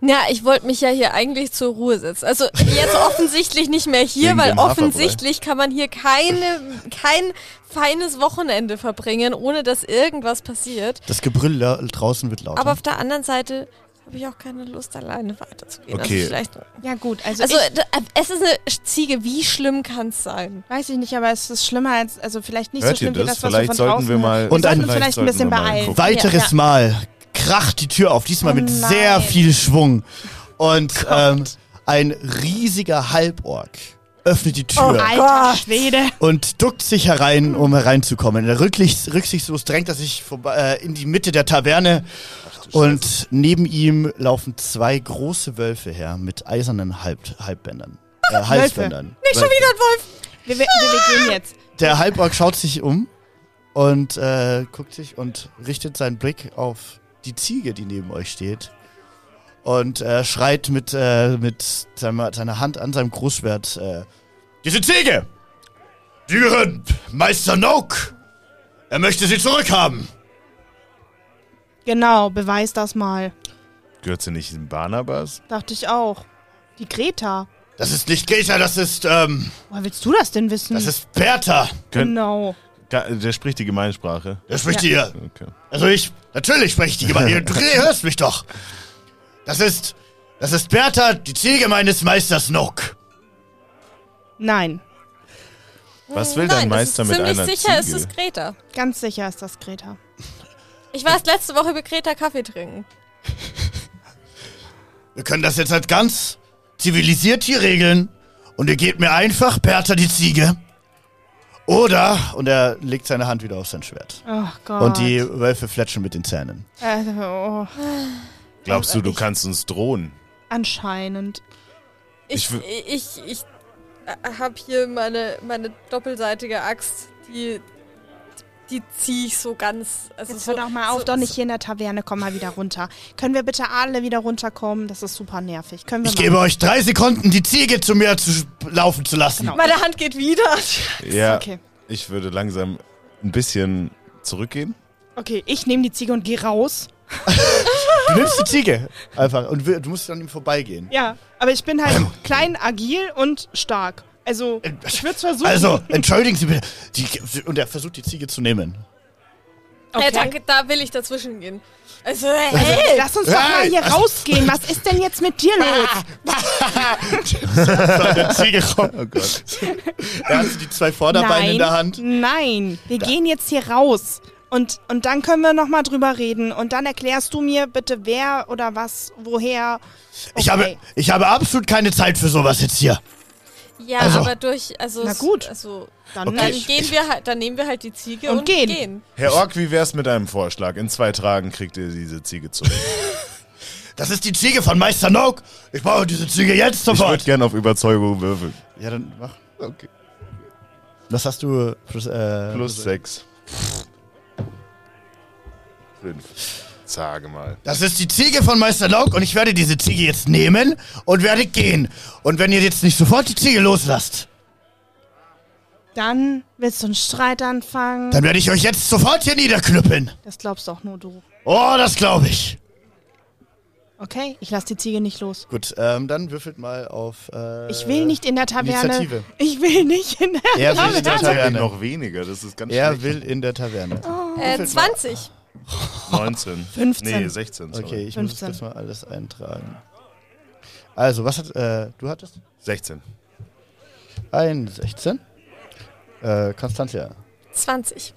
Na, ich wollte mich ja hier eigentlich zur Ruhe setzen. Also jetzt offensichtlich nicht mehr hier,
Wegen
weil
dem Haferbrei.
offensichtlich kann man hier keine, kein feines Wochenende verbringen, ohne dass irgendwas passiert.
Das Gebrüll la- draußen wird lauter.
Aber auf der anderen Seite habe ich auch keine Lust, alleine weiterzugehen.
Okay.
Also, vielleicht,
Ja gut, also,
also
ich,
d- es ist eine Ziege. Wie schlimm kann es sein?
weiß ich nicht, aber es ist schlimmer als also vielleicht nicht so
Hört ihr
schlimm wie
das?
das, was
Vielleicht
wir von
sollten
draußen
wir mal.
Und ein-
sollten wir
vielleicht ein
mal
bisschen beeilen.
gucken.
Weiteres
Ja, ja.
Mal kracht die Tür auf, diesmal
Oh
mit
nein.
sehr viel Schwung. Und ähm, ein riesiger Halborg öffnet die Tür.
hören. Alter Schwede.
und duckt sich herein, um hereinzukommen. Er rücklich, rücksichtslos drängt er sich vorbei, äh, in die Mitte der Taverne und neben ihm laufen zwei große Wölfe her mit eisernen Halb Halbbändern. Äh, Halsbändern.
Nicht schon wieder ein Wolf.
Wir, wir, wir, wir gehen jetzt.
Der Halborg schaut sich um und äh, guckt sich und richtet seinen Blick auf die Ziege, die neben euch steht. Und äh, schreit mit, äh, mit seiner, seiner Hand an seinem Großschwert: äh, Diese Ziege! Die gehören Meister Noak! Er möchte sie zurückhaben!
Genau, beweis das mal.
Gehört sie nicht in Barnabas?
Dachte ich auch. Die Greta.
Das ist nicht Greta, das ist, ähm,
Woher willst du das denn wissen?
das ist Bertha!
Könnt,
genau.
da, der spricht die Gemeinsprache.
Er spricht hier.
Okay.
Also ich, natürlich spreche ich die Gemeinde. Du hörst mich doch. Das ist, das ist Bertha, die Ziege meines Meisters Nook.
Nein,
Was will dein
Nein,
Meister
es ist
mit
ziemlich
einer
sicher
Ziege?
ist es Greta.
ganz sicher ist das Greta.
Ich war erst letzte Woche bei Greta Kaffee trinken.
Wir können das jetzt halt ganz zivilisiert hier regeln. Und ihr gebt mir einfach Bertha die Ziege. Oder, und er legt seine Hand wieder auf sein Schwert.
Oh Gott.
Und die Wölfe fletschen mit den Zähnen.
Äh, oh,
Glaubst du, du
Ich-
kannst uns drohen?
anscheinend.
Ich,
Ich
ich, ich,
wü-
ich habe hier meine, meine doppelseitige Axt, die, die ziehe ich so ganz. Also
Jetzt
so,
hör doch mal auf,
so,
doch nicht hier in der Taverne. Komm mal wieder runter. Können wir bitte alle wieder runterkommen? Das ist super nervig. Können wir
Ich
mal-
gebe euch drei Sekunden, die Ziege zu mir zu sch- laufen zu lassen.
Genau.
Meine Hand geht wieder.
Ja,
Okay.
ich würde langsam ein bisschen zurückgehen.
Okay, ich nehme die Ziege und gehe raus.
Du nimmst die Ziege einfach und wir- du musst an ihm vorbeigehen.
Ja, aber ich bin halt klein, agil und stark. Also, ich würde es versuchen.
Äh, Also, entschuldigen Sie bitte. Die, und er versucht, die Ziege zu nehmen.
Äh,
okay.
danke, da will ich dazwischen gehen. Also, hey,
Lass uns doch mal
Hey! Ah,
hier rausgehen. Was ist denn jetzt mit dir los?
der Ziege rum.
Oh Gott.
Er hat die zwei Vorderbeine
nein,
in der Hand.
Nein, wir gehen jetzt hier raus. Und, und dann können wir nochmal drüber reden. Und dann erklärst du mir bitte, wer oder was, woher.
Ich, habe,
Okay.
ich habe absolut keine Zeit für sowas jetzt hier.
ja,
Also.
aber durch, also,
Na
es-
gut.
also
Dann
dann
nicht.
gehen wir halt, dann nehmen wir halt die Ziege und,
Und gehen.
gehen.
Herr Ork, wie wär's mit einem Vorschlag? In zwei Tagen kriegt ihr diese Ziege zurück.
Das ist die Ziege von Meister Noak. Ich brauche diese Ziege jetzt
Ich würde
sofort.
gerne auf Überzeugung würfeln.
Ja, dann mach.
Okay.
Was hast du? Plus, äh,
Plus sechs. Fünf. Sage mal.
Das ist die Ziege von Meister Noak und ich werde diese Ziege jetzt nehmen und werde gehen. Und wenn ihr jetzt nicht sofort die Ziege loslasst,
Dann willst du einen Streit anfangen.
dann werde ich euch jetzt sofort hier niederknüppeln.
das glaubst doch nur du.
Oh, das glaube ich.
Okay, ich lass die Ziege nicht los.
Gut, ähm, dann würfelt mal auf. Äh,
Ich will nicht in der Taverne.
Initiative. also
Ich will nicht in der
Er will in der
Taverne.
Tatsächlich
Taverne.
noch weniger, das ist ganz
Er
schlecht.
will in der Taverne.
Äh, 20.
19.
15.
Nee, 16. Sorry.
Okay, ich muss
15.
das mal alles eintragen. Also, was hat, äh, du hattest?
16.
Ein 16. Äh, Konstantia.
20.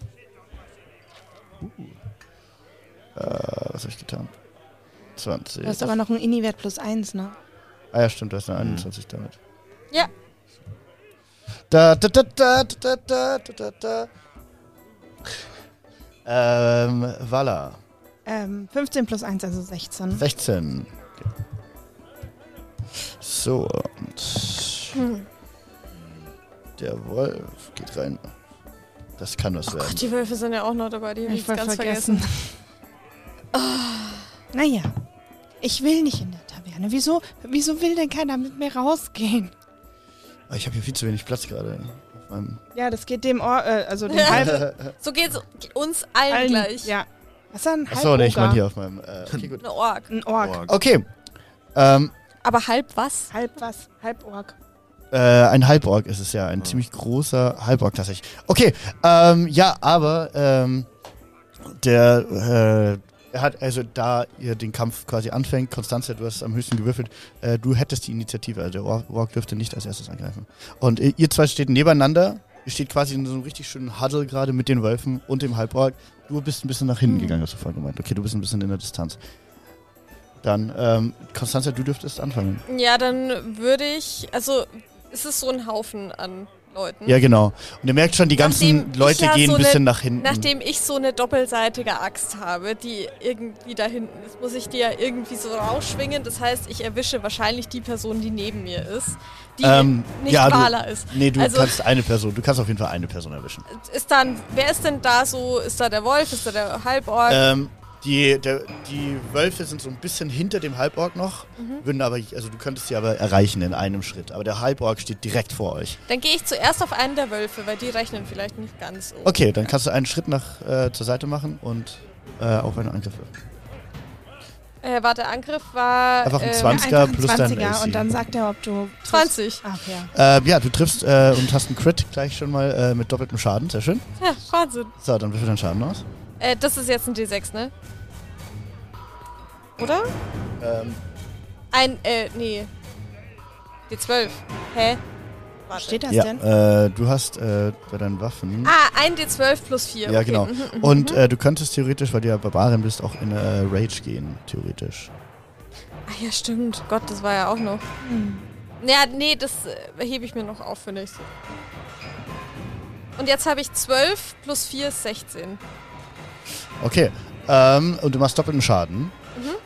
Äh, was habe ich getan? 20.
Du hast aber noch einen Inni-Wert plus eins, ne?
Ah ja, stimmt, du hast eine 21 damit.
Ja.
Da, da, da, da, da, da, da, da, da. Ähm, Walla.
Ähm, 15 plus eins, also 16.
16. So, und
Hm.
der Wolf geht rein. Das kann was
Oh
werden.
Gott, die Wölfe sind ja auch noch dabei, die habe ich,
Ich wollte
ganz
vergessen. Ah.
vergessen.
Naja, ich will nicht in der Taverne. Wieso, wieso will denn keiner mit mir rausgehen?
Ah, Ich habe hier viel zu wenig Platz gerade. Ähm,
Ja, das geht dem Or äh, also dem halben
So geht's uns allen,
allen
gleich.
Ja. Was ist ein
achso, ne, ich meine
Halboger?
hier auf meinem. Äh, okay, gut.
Eine Ork.
Ein Ork.
Org.
Okay. Ähm,
Aber halb was?
Halb was? Halb Ork.
äh, ein Halborg ist es ja, ein ziemlich großer Halborg tatsächlich. Okay, ähm, ja, aber ähm, der äh, er hat, also da ihr den Kampf quasi anfängt, Konstanze, du hast am höchsten gewürfelt, äh, du hättest die Initiative, also der Or- Ork dürfte nicht als erstes angreifen. Und äh, ihr zwei steht nebeneinander, ihr steht quasi in so einem richtig schönen Huddle gerade mit den Wölfen und dem Halborg. Du bist ein bisschen nach hinten gegangen, hast du vorhin gemeint. Okay, du bist ein bisschen in der Distanz. Dann, ähm, Konstanze, du dürftest anfangen.
Ja, dann würde ich. Also, es ist so ein Haufen an Leuten.
Ja, genau. Und ihr merkt schon, die ganzen
Nachdem ich
Leute
ja
gehen
so
ein bisschen
ne-
nach hinten.
Nachdem ich so eine doppelseitige Axt habe, die irgendwie da hinten ist, muss ich die ja irgendwie so rausschwingen. Das heißt, ich erwische wahrscheinlich die Person, die neben mir ist, die
Ähm,
nicht
ja, du-
Bala ist.
nee, du
also- Äh,
kannst eine Person, du kannst auf jeden Fall eine Person erwischen.
Ist dann, wer ist denn da so? Ist da der Wolf? Ist da der Halborg?
Ähm, die, der, die Wölfe sind so ein bisschen hinter dem Halborg noch,
Mhm.
würden aber, also du könntest sie aber erreichen in einem Schritt. Aber der Halborg steht direkt vor euch.
Dann gehe ich zuerst auf einen der Wölfe, weil die rechnen vielleicht nicht ganz so.
Okay, dann kannst du einen Schritt nach äh, zur Seite machen und äh, auf einen Angriff. würfeln.
Äh, warte, Angriff war.
Einfach ein
ähm,
20. 20er plus dein
20er
AC.
und dann sagt er, ob du. triffst.
20.
Ach ja.
Äh, ja, du triffst äh, und hast einen Crit gleich schon mal äh, mit doppeltem Schaden. Sehr schön.
Ja, Wahnsinn.
So, dann würfel deinen Schaden aus.
Äh, das ist jetzt ein D6, ne? Oder?
Ähm,
Ein, äh, nee. D12. Hä? Warte.
Steht das
ja,
denn?
äh, du hast äh, bei deinen Waffen.
Ah, ein D12 plus 4.
Ja,
okay.
genau.
Mhm, mhm.
Und äh, du könntest theoretisch, weil du ja Barbarin bist, auch in äh, Rage gehen, theoretisch.
Ah, ja, stimmt. Gott, das war ja auch noch.
Hm.
Ja, nee, das äh, hebe ich mir noch auf für nächstes. Und jetzt habe ich 12 plus 4 ist 16.
Okay. Ähm, und du machst doppelten Schaden.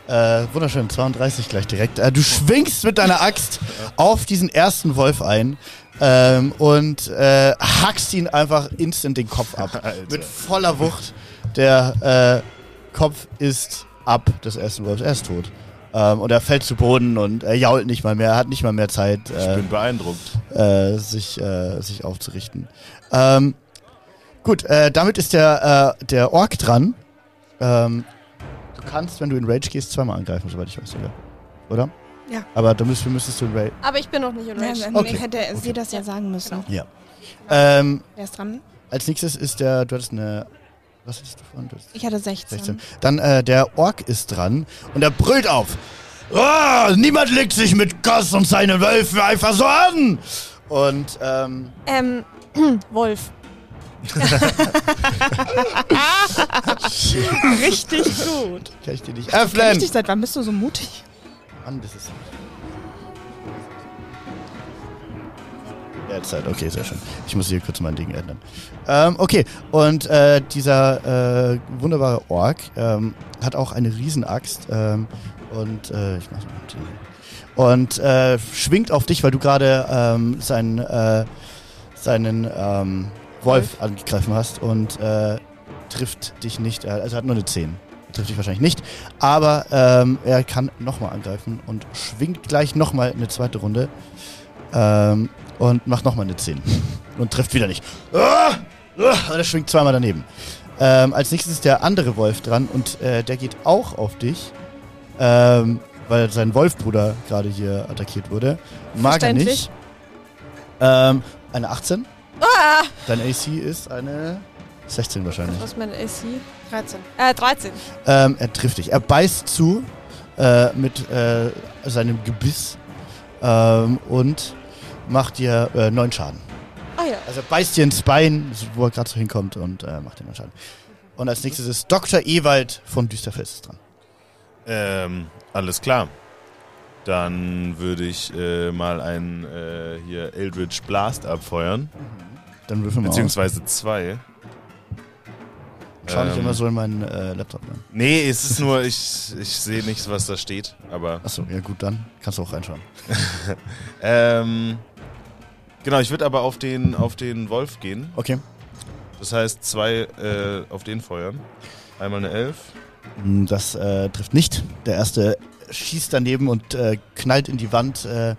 Äh, wunderschön, 32 gleich direkt. Äh, du schwingst mit deiner Axt auf diesen ersten Wolf ein ähm, und äh, hackst ihn einfach instant den Kopf ab.
Alter.
Mit voller Wucht. Der äh, Kopf ist ab des ersten Wolfs. Er ist tot. Ähm, und er fällt zu Boden und er jault nicht mal mehr. Er hat nicht mal mehr Zeit.
Ich
äh,
bin beeindruckt.
äh, sich, äh, sich aufzurichten. Ähm, gut, äh, damit ist der, äh, der Ork dran. Ähm, du kannst, wenn du in Rage gehst, zweimal angreifen, soweit ich weiß, oder? Oder?
Ja.
Aber da müsstest, müsstest du in Rage.
Aber ich bin noch nicht in
Nein,
Rage.
nein,
Okay.
Ich hätte
Okay.
sie das ja sagen müssen.
Genau.
Ja. Ähm,
Wer ist dran?
als nächstes ist der. Du hattest eine. Was hattest du vorhin? Du hattest
Ich hatte 16.
16. Dann äh, der Ork ist dran und er brüllt auf. Ah, niemand legt sich mit Goss und seinen Wölfen einfach so an! Und ähm,
Ähm, Wolf.
Richtig gut.
kann ich dir nicht
Richtig,
öffnen!
seit wann bist du so mutig?
Mann, das ist. Derzeit, okay, sehr schön. Ich muss hier kurz mein Ding ändern. Ähm, okay, und äh, dieser äh, wunderbare Ork ähm, hat auch eine Riesenaxt ähm, und äh, ich mach mal die. Und äh, schwingt auf dich, weil du gerade ähm, seinen, äh, seinen ähm, Wolf angegriffen hast und äh, trifft dich nicht. Äh, also hat nur eine 10. Trifft dich wahrscheinlich nicht. Aber ähm, er kann nochmal angreifen und schwingt gleich nochmal eine zweite Runde. Ähm, und macht nochmal eine 10. Und trifft wieder nicht. Ah! Ah! Und er schwingt zweimal daneben. Ähm, als nächstes ist der andere Wolf dran und äh, der geht auch auf dich. Ähm, weil sein Wolfbruder gerade hier attackiert wurde. Mag er
Verständlich.
nicht. Ähm, eine 18. Dein AC ist eine 16 wahrscheinlich.
Ah! Was ist mein AC?
13.
Äh, 13.
Ähm, er trifft dich. Er beißt zu äh, mit äh, seinem Gebiss ähm, und macht dir äh, neun Schaden.
Ah ja.
Also er beißt dir ins Bein, wo er gerade so hinkommt und äh, macht dir neun Schaden. Und als nächstes ist Dr. Ewald von Düsterfels dran.
Ähm, alles klar. Dann würde ich äh, mal einen äh, hier Eldritch Blast abfeuern.
Oh. Dann würfeln wir mal. aus.
Beziehungsweise zwei.
Schau nicht
ähm,
immer so in meinen äh, Laptop rein.
Nee, es ist nur, ich, ich sehe nichts, was da steht. Aber
Achso, ja gut, dann kannst du auch reinschauen.
Ähm, genau, ich würde aber auf den, auf den Wolf gehen.
Okay.
Das heißt, zwei äh, auf den feuern. Einmal eine Elf.
Mm, Das äh, trifft nicht. Der erste schießt daneben und äh, knallt in die Wand. Äh,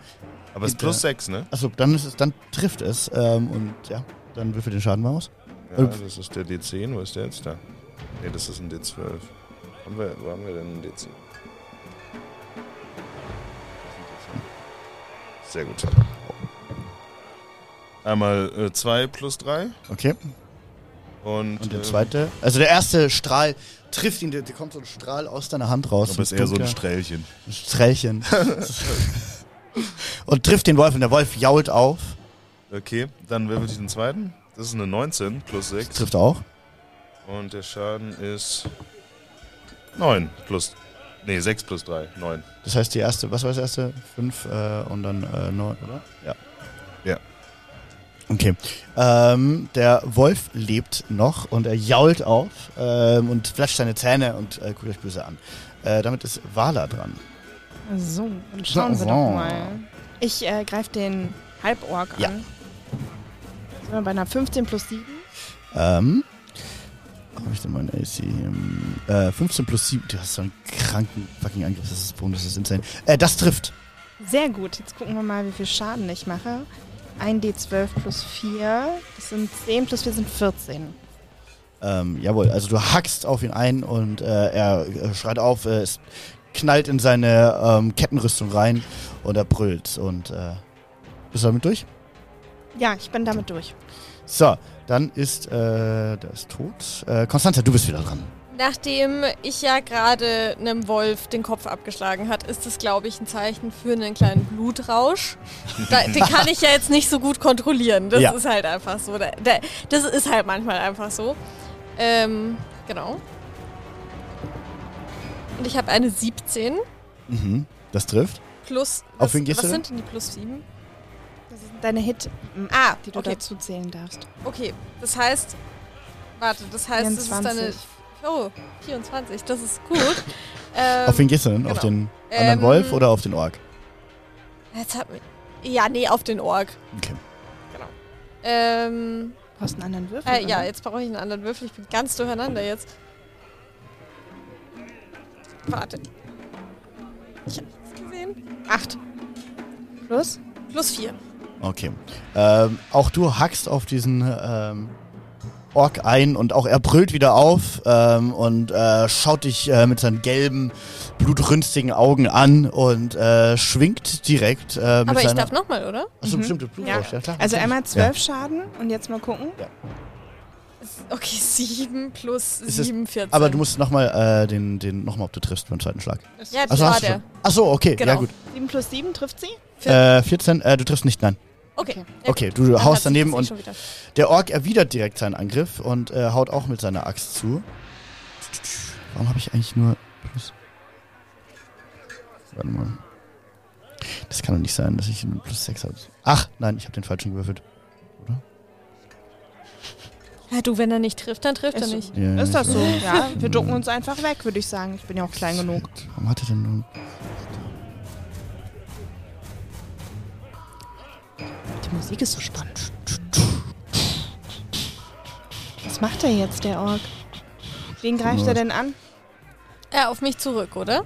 Aber es ist
Hinter-
plus sechs, ne?
Achso, dann ist es, dann trifft es. Ähm, und ja. Dann würfel den Schaden mal aus.
Ja, das ist der D10. Wo ist der jetzt da? Ne, das ist ein D12. Haben wir, wo haben wir denn ein D10? Sehr gut. Einmal 2 plus 3
Okay.
und,
Und der
äh,
zweite. Also der erste Strahl trifft ihn, der, der kommt so ein Strahl aus deiner Hand raus.
aber ist eher so ein
dunkler-
Strählchen.
Strälchen. und trifft den Wolf und der Wolf jault auf.
Okay, dann würfel ich den zweiten. Das ist eine 19 plus 6
Trifft auch.
und der Schaden ist 9 plus. Ne, 6 plus 3, 9.
Das heißt, die erste, was war das erste? Fünf äh, und dann äh, neun, oder? Ja.
Ja.
Okay. Ähm, der Wolf lebt noch und er jault auf ähm, und flasht seine Zähne und äh, guckt euch böse an. Äh, damit ist Vala dran.
So, dann schauen Sie
So.
doch mal. Ich äh, greife den Halborg
Ja.
an. Sind wir bei einer 15 plus 7?
Ähm, wo habe ich denn meinen AC? Ähm, Äh, 15 plus 7. Du hast so einen kranken fucking Angriff. Das ist Bonus, das ist insane. Äh, das trifft.
Sehr gut. Jetzt gucken wir mal, wie viel Schaden ich mache. 1d12 plus 4, das sind 10 plus 4 sind 14.
Ähm, jawohl, also du hackst auf ihn ein und äh, er äh, schreit auf, äh, es knallt in seine ähm, Kettenrüstung rein und er brüllt. Und äh, bist du damit durch?
Ja, ich bin damit durch.
So, dann ist äh, der ist tot. Äh, Konstanze, du bist wieder dran.
Nachdem ich ja gerade einem Wolf den Kopf abgeschlagen hat, ist das, glaube ich, ein Zeichen für einen kleinen Blutrausch. Da, den kann ich ja jetzt nicht so gut kontrollieren. Das
Ja.
ist halt einfach so. Da, da, das ist halt manchmal einfach so. Ähm, genau. Und ich habe eine 17
Mhm. Das trifft.
plus.
Auf
was,
wen gehst
was
du denn?
sind denn die plus 7?
Das sind deine Hit. Ah, die du
okay.
dazu zählen darfst.
Okay, das heißt. Warte, das heißt, das ist deine.
24.
Oh, 24, das ist gut. ähm,
auf wen gehst du denn? Auf
genau.
den anderen
Ähm,
Wolf oder auf den Ork?
Jetzt hat mich. Ja, nee, auf den Org.
Okay.
Genau.
Ähm,
Du brauchst einen anderen Würfel.
äh, ja,
oder?
jetzt brauche ich einen anderen Würfel. Ich bin ganz durcheinander jetzt. Warte. Ich habe es gesehen. Acht.
Plus?
Plus vier.
Okay. Ähm, auch du hackst auf diesen ähm, Ork ein und auch er brüllt wieder auf ähm, und äh, schaut dich äh, mit seinen gelben, blutrünstigen Augen an und äh, schwingt direkt äh, mit
Aber ich
seiner...
darf nochmal, oder?
Achso,
Mhm.
bestimmte Blutrausch, ja. klar.
Also
natürlich.
einmal 12 Schaden und jetzt mal gucken.
Okay, sieben plus
Ist es-
sieben, 14.
Aber du musst nochmal äh, den, den, nochmal, ob du triffst beim zweiten Schlag.
Ja, das
Also
war
hast du
der.
schon. Achso, okay, ja
Genau.
gut.
7 plus 7 trifft sie?
Äh, 14, äh, du triffst nicht, nein.
Okay. Ja,
Okay,
gut.
du haust
Dann hat sich
daneben
das eh
und-
schon wieder.
Der Ork erwidert direkt seinen Angriff und äh, haut auch mit seiner Axt zu. Warum habe ich eigentlich nur plus? Warte mal. Das kann doch nicht sein, dass ich einen plus 6 habe. Ach, nein, ich habe den falschen gewürfelt.
Ja, du, wenn er nicht trifft, dann trifft er
Ist so.
nicht.
Ja,
Ist das
ich
so?
weiß.
Ja, wir ducken uns einfach weg, würde ich sagen. Ich bin ja auch klein genug.
Warum hat er denn nur...
Die Musik ist so spannend. Was macht er jetzt, der Ork? Wen greift er denn an?
Ja, auf mich zurück, oder?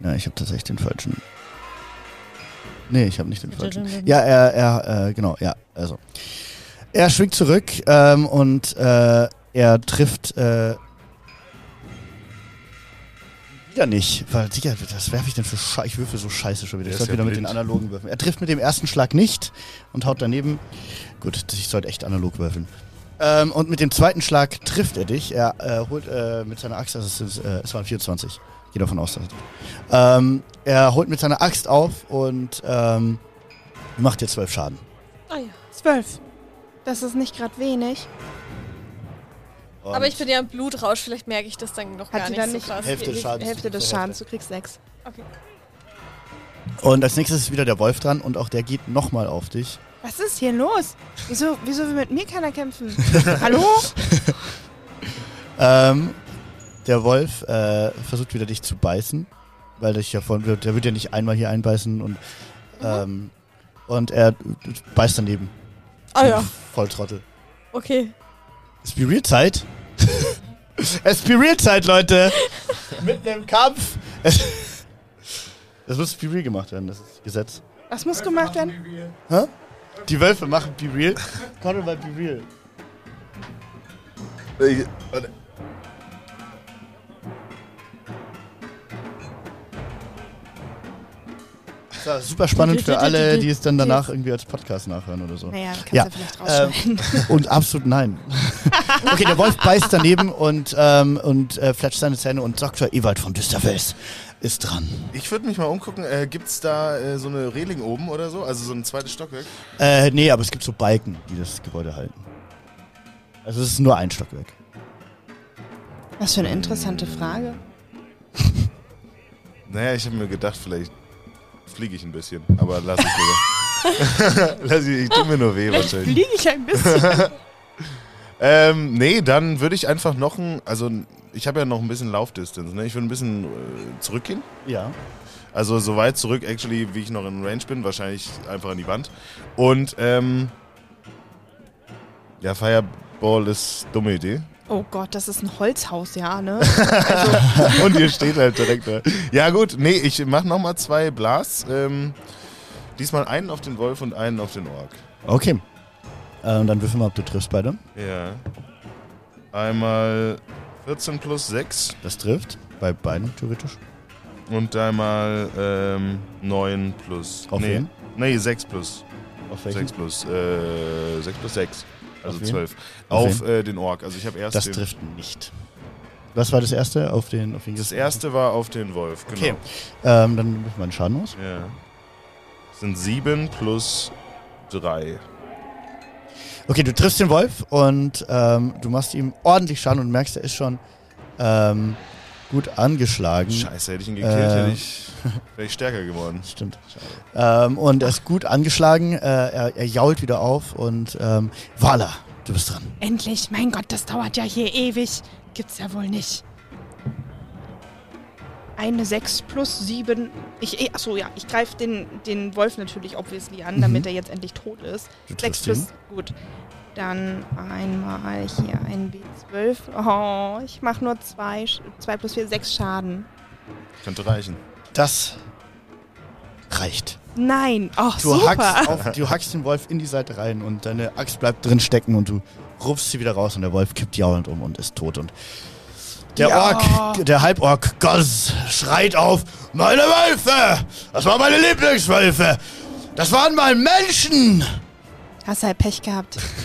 Ja, ich habe tatsächlich den falschen... Nee, ich habe nicht den falschen.
Bitte,
Ja, er, er, äh, genau, ja, also. Er schwingt zurück ähm, und äh, er trifft äh, wieder nicht. Weil, Digga, was werfe ich denn für Scheiße? Ich würfe so scheiße schon wieder.
Der
Ich
ist
sollte
ja
wieder mit den
blind.
analogen würfeln. Er trifft mit dem ersten Schlag nicht und haut daneben. Gut, ich sollte echt analog würfeln. Ähm, und mit dem zweiten Schlag trifft er dich. Er äh, holt äh, mit seiner Axt, also es, ist, äh, es waren 24. Ich gehe davon aus, dass er ähm, Er holt mit seiner Axt auf und ähm, macht dir zwölf Schaden.
Ah, ja.
Zwölf. Das ist nicht gerade wenig.
Und
Aber ich bin ja im Blutrausch, vielleicht merke ich das dann noch
Hat
gar
sie
nicht
dann
so
nicht-
krass.
Hälfte des Schadens.
Hälfte des
Zur
Schadens, du kriegst sechs.
Und als nächstes ist wieder der Wolf dran und auch der geht nochmal auf dich.
Was ist hier los? Wieso, wieso will mit mir keiner kämpfen? Hallo?
Ähm, der Wolf äh, versucht wieder dich zu beißen, weil dich ja von, der wird ja nicht einmal hier einbeißen und ähm, und er beißt daneben.
Ah ja,
Volltrottel.
okay.
Es be real Zeit. es be real Zeit, Leute. Mitten im Kampf. Es, das muss be real gemacht werden, das ist Gesetz.
Was muss gemacht werden?
Hä? Die Wölfe machen Be Real. Conor mal Be Real.
Ich, warte.
Das war super spannend für alle, die es dann danach irgendwie als Podcast nachhören oder so.
Naja, kannst
Ja, ähm,
du vielleicht rausschneiden.
Und absolut nein. okay, der Wolf beißt daneben und, ähm, und äh, fletscht seine Zähne und Dr. Ewald von Düsterfels ist dran.
ich würde mich mal umgucken, äh, gibt es da äh, so eine Reling oben oder so? Also so ein zweites Stockwerk?
Äh, nee, aber es gibt so Balken, die das Gebäude halten. Also es ist nur ein Stockwerk.
Was für eine interessante Frage.
Naja, ich habe mir gedacht, vielleicht fliege ich ein bisschen, aber lass ich lieber. lass ich, ich tue mir nur weh wahrscheinlich.
Fliege ich ein bisschen?
Ähm, nee, dann würde ich einfach noch ein, also ich habe ja noch ein bisschen Laufdistance, ne? Ich würde ein bisschen äh, zurückgehen.
Ja.
Also so weit zurück, actually, wie ich noch in Range bin, wahrscheinlich einfach an die Wand. Und ähm, ja, Fireball ist dumme Idee.
Oh Gott, das ist ein Holzhaus, ja, ne?
Und ihr steht halt direkt da. Ja gut, nee, ich mache nochmal zwei Blasts. Ähm, diesmal einen auf den Wolf und einen auf den Ork.
Okay. Äh, und dann würfeln wir, ob du triffst beide.
Ja. Einmal 14 plus 6
Das trifft. Bei beiden theoretisch.
und einmal ähm, 9 plus.
Auf
nee,
wen?
nee, 6 plus.
Auf
6 plus. Äh, 6 plus 6. Also
Auf wen?
12.
Auf
Auf, äh, den Ork. Also ich habe erst
Das
den,
trifft nicht. Was war das erste? Auf den, auf den
Das erste war auf den Wolf, genau.
Okay. Ähm, dann würfeln wir einen Schaden aus.
Ja. Das sind 7 plus 3.
Okay, du triffst den Wolf und ähm, du machst ihm ordentlich Schaden und merkst, er ist schon ähm, gut angeschlagen.
Scheiße, hätte ich ihn gekillt,
Äh.
hätte ich, wäre ich stärker geworden.
Stimmt. Ähm, und er ist gut angeschlagen. Äh, er, er jault wieder auf und ähm, Vala, du bist dran.
Endlich, mein Gott, das dauert ja hier ewig. Gibt's ja wohl nicht. Eine 6 plus 7. Ich, eh, achso, ja, ich greife den, den Wolf natürlich obviously an, damit er jetzt endlich tot ist.
Mhm. Du
6
triffst
plus, gut. Dann einmal hier ein B12. Oh, ich mache nur 2 zwei, zwei plus 4, 6 Schaden.
Könnte reichen.
Das reicht.
Nein, ach
Du
super.
hackst, auf, du hackst den Wolf in die Seite rein und deine Axt bleibt drin stecken und du rufst sie wieder raus und der Wolf kippt jaulend um und ist tot. Und der
Ja.
Ork, der Halbork Goss schreit auf, meine Wölfe! Das waren meine Lieblingswölfe! Das waren mal Menschen!
Hast halt Pech gehabt.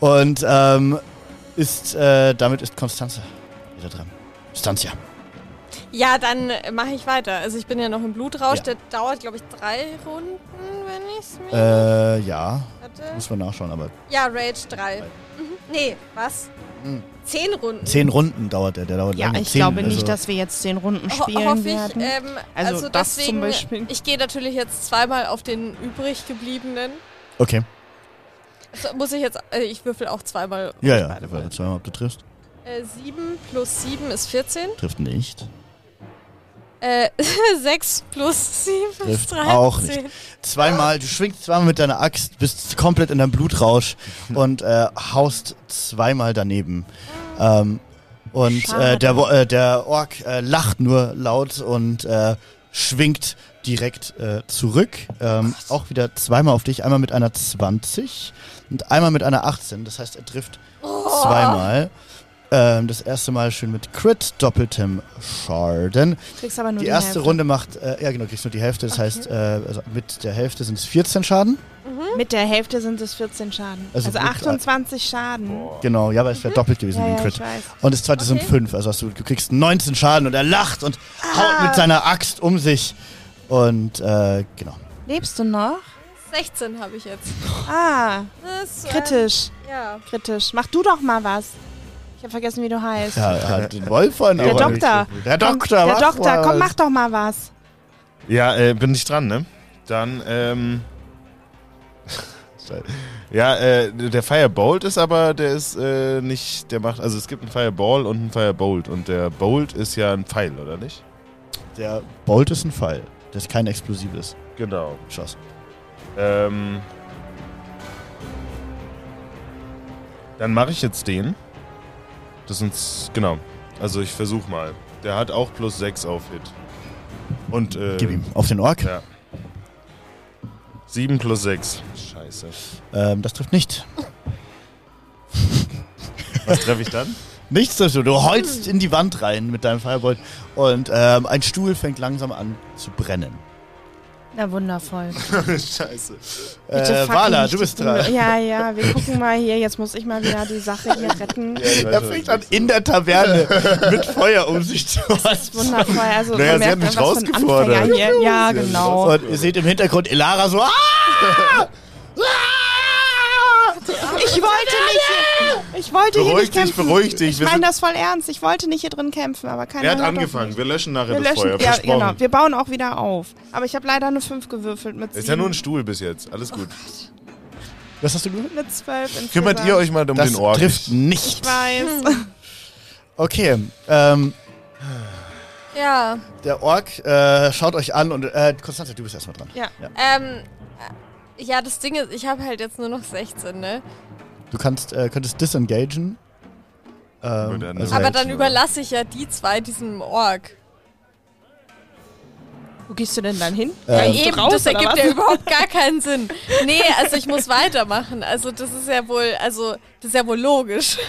Und ähm, ist, äh, damit ist Konstanze wieder dran. Konstanzia.
Ja, dann mache ich weiter. Also ich bin ja noch im Blutrausch.
Ja.
Der dauert, glaube ich, drei Runden, wenn ich es mir
Äh, ja,
hatte.
muss man nachschauen, aber
Ja, Rage 3. Mhm. Nee, was?
Mhm.
Zehn Runden.
zehn Runden dauert der, der dauert
Ja,
lange.
ich
Zehn,
glaube
also-
nicht, dass wir jetzt den Runden
Ho
spielen
hoffe ich.
werden.
Ähm,
Also
also
das zum
deswegen,
Beispiel.
ich gehe natürlich jetzt zweimal auf den übrig gebliebenen.
Okay,
So, muss ich jetzt, äh, ich würfel auch zweimal.
ja, ja, wir werden zweimal, ob du triffst.
Äh, 7 plus 7 ist 14.
Trifft nicht.
Äh, 6 plus 7
Trifft
ist 13.
auch nicht. Zweimal, du schwingst zweimal mit deiner Axt, bist komplett in deinem Blutrausch und äh, haust zweimal daneben. Ähm, und äh,
Schade.
der, Wo- äh, der Ork äh, lacht nur laut und äh, schwingt direkt äh, zurück. Ähm, auch wieder zweimal auf dich, einmal mit einer 20 und einmal mit einer 18. Das heißt, er trifft zweimal. Ähm, das erste Mal schön mit Crit, doppeltem Schaden.
Kriegst aber nur
Die
die,
erste
Hälfte.
Runde macht, äh, ja genau, kriegst nur die Hälfte. Das heißt, äh, also mit der Hälfte sind es 14 Schaden.
Mit der Hälfte sind es 14 Schaden.
Also
Also,
gut,
28 Schaden.
Genau, ja, aber es wäre doppelt gewesen
Mhm. Ja,
wie ein
ja,
Crit.
ich weiß.
Und das zweite sind
Okay.
5, also hast du, du kriegst 19 Schaden und er lacht und haut
Ah.
mit seiner Axt um sich. Und äh, genau.
Lebst du noch?
16 habe ich jetzt.
Ah,
Das, äh,
kritisch,
Ja.
kritisch. Mach du doch mal was. Ich habe vergessen, wie du heißt.
Ja, er hat den Wolf vorhin
Der
aber
Doktor.
nicht. Der
Komm,
Doktor,
der
mach
Doktor,
mal
komm,
was. Äh,
mach doch mal was.
Ja, äh, bin ich dran, ne? Dann, ähm. Scheiße. ja, äh, der Firebolt ist aber, der ist äh, nicht, der macht, also es gibt einen Fireball und einen Firebolt und der Bolt ist ja ein Pfeil, oder nicht?
Der Bolt ist ein Pfeil. Das ist kein explosives
Genau.
Schuss.
Ähm. Dann mache ich jetzt den. Das sind, genau. Also ich versuch mal. Der hat auch plus 6 auf Hit. Und, äh,
Gib ihm. Auf den Ork.
Ja. 7 plus 6. Scheiße.
Ähm, das trifft nicht.
Was treffe ich dann?
Nichts dazu. Du holst
Hm.
in die Wand rein mit deinem Firebolt und ähm, ein Stuhl fängt langsam an zu brennen.
Na wundervoll.
Scheiße.
Bitte
Äh,
fucking
Vala,
nicht
du
die
bist
Bühne.
dran.
Ja, ja, wir gucken mal hier. Jetzt muss ich mal wieder die Sache hier retten.
ich weiß,
Er
was
fängt
du
an, in der Taverne mit Feuer um sich zu
Das ist
holzen.
Wundervoll. Also,
Naja,
man
sie
merkt
hat mich
einfach, was für ein
rausgefordert.
Anfänger Hier. Ja,
Sie hat mich
genau.
Und ihr seht im Hintergrund Elara so. "Ah!"
Ich wollte nicht. hier- Ich wollte hier
Beruhig
nicht
dich,
kämpfen.
beruhig dich.
Ich
Wir
meine
sind-
das voll ernst. Ich wollte nicht hier drin kämpfen, aber keiner
Er hat
hört auf
angefangen.
mich.
Wir löschen nachher
Wir
das
löschen,
Feuer.
ja,
Versprochen.
genau. Wir bauen auch wieder auf. Aber ich habe leider eine 5 gewürfelt mit
ist ja nur ein
sieben-
Stuhl bis jetzt. Alles gut.
Was hast du gehört?
mit 12
Kümmert ihr euch mal um
Das
den Ort.
trifft
Ich
nicht.
weiß.
Hm,
Okay. Ähm,
Ja,
der Ork äh, schaut euch an und äh, Konstanze, du bist erstmal dran.
Ja.
ähm, äh, ja, das Ding ist, ich habe halt jetzt nur noch 16, ne?
Du kannst, äh, könntest disengagen. Ähm,
dann-
also,
Aber
Selbst,
dann
oder?
überlasse ich ja die zwei diesem Org.
Wo gehst du denn dann hin?
Ja,
äh,
eben,
raus,
das
oder
ergibt
was?
ja überhaupt gar keinen Sinn. Nee, also ich muss weitermachen. Also das ist ja wohl, also das ist ja wohl logisch.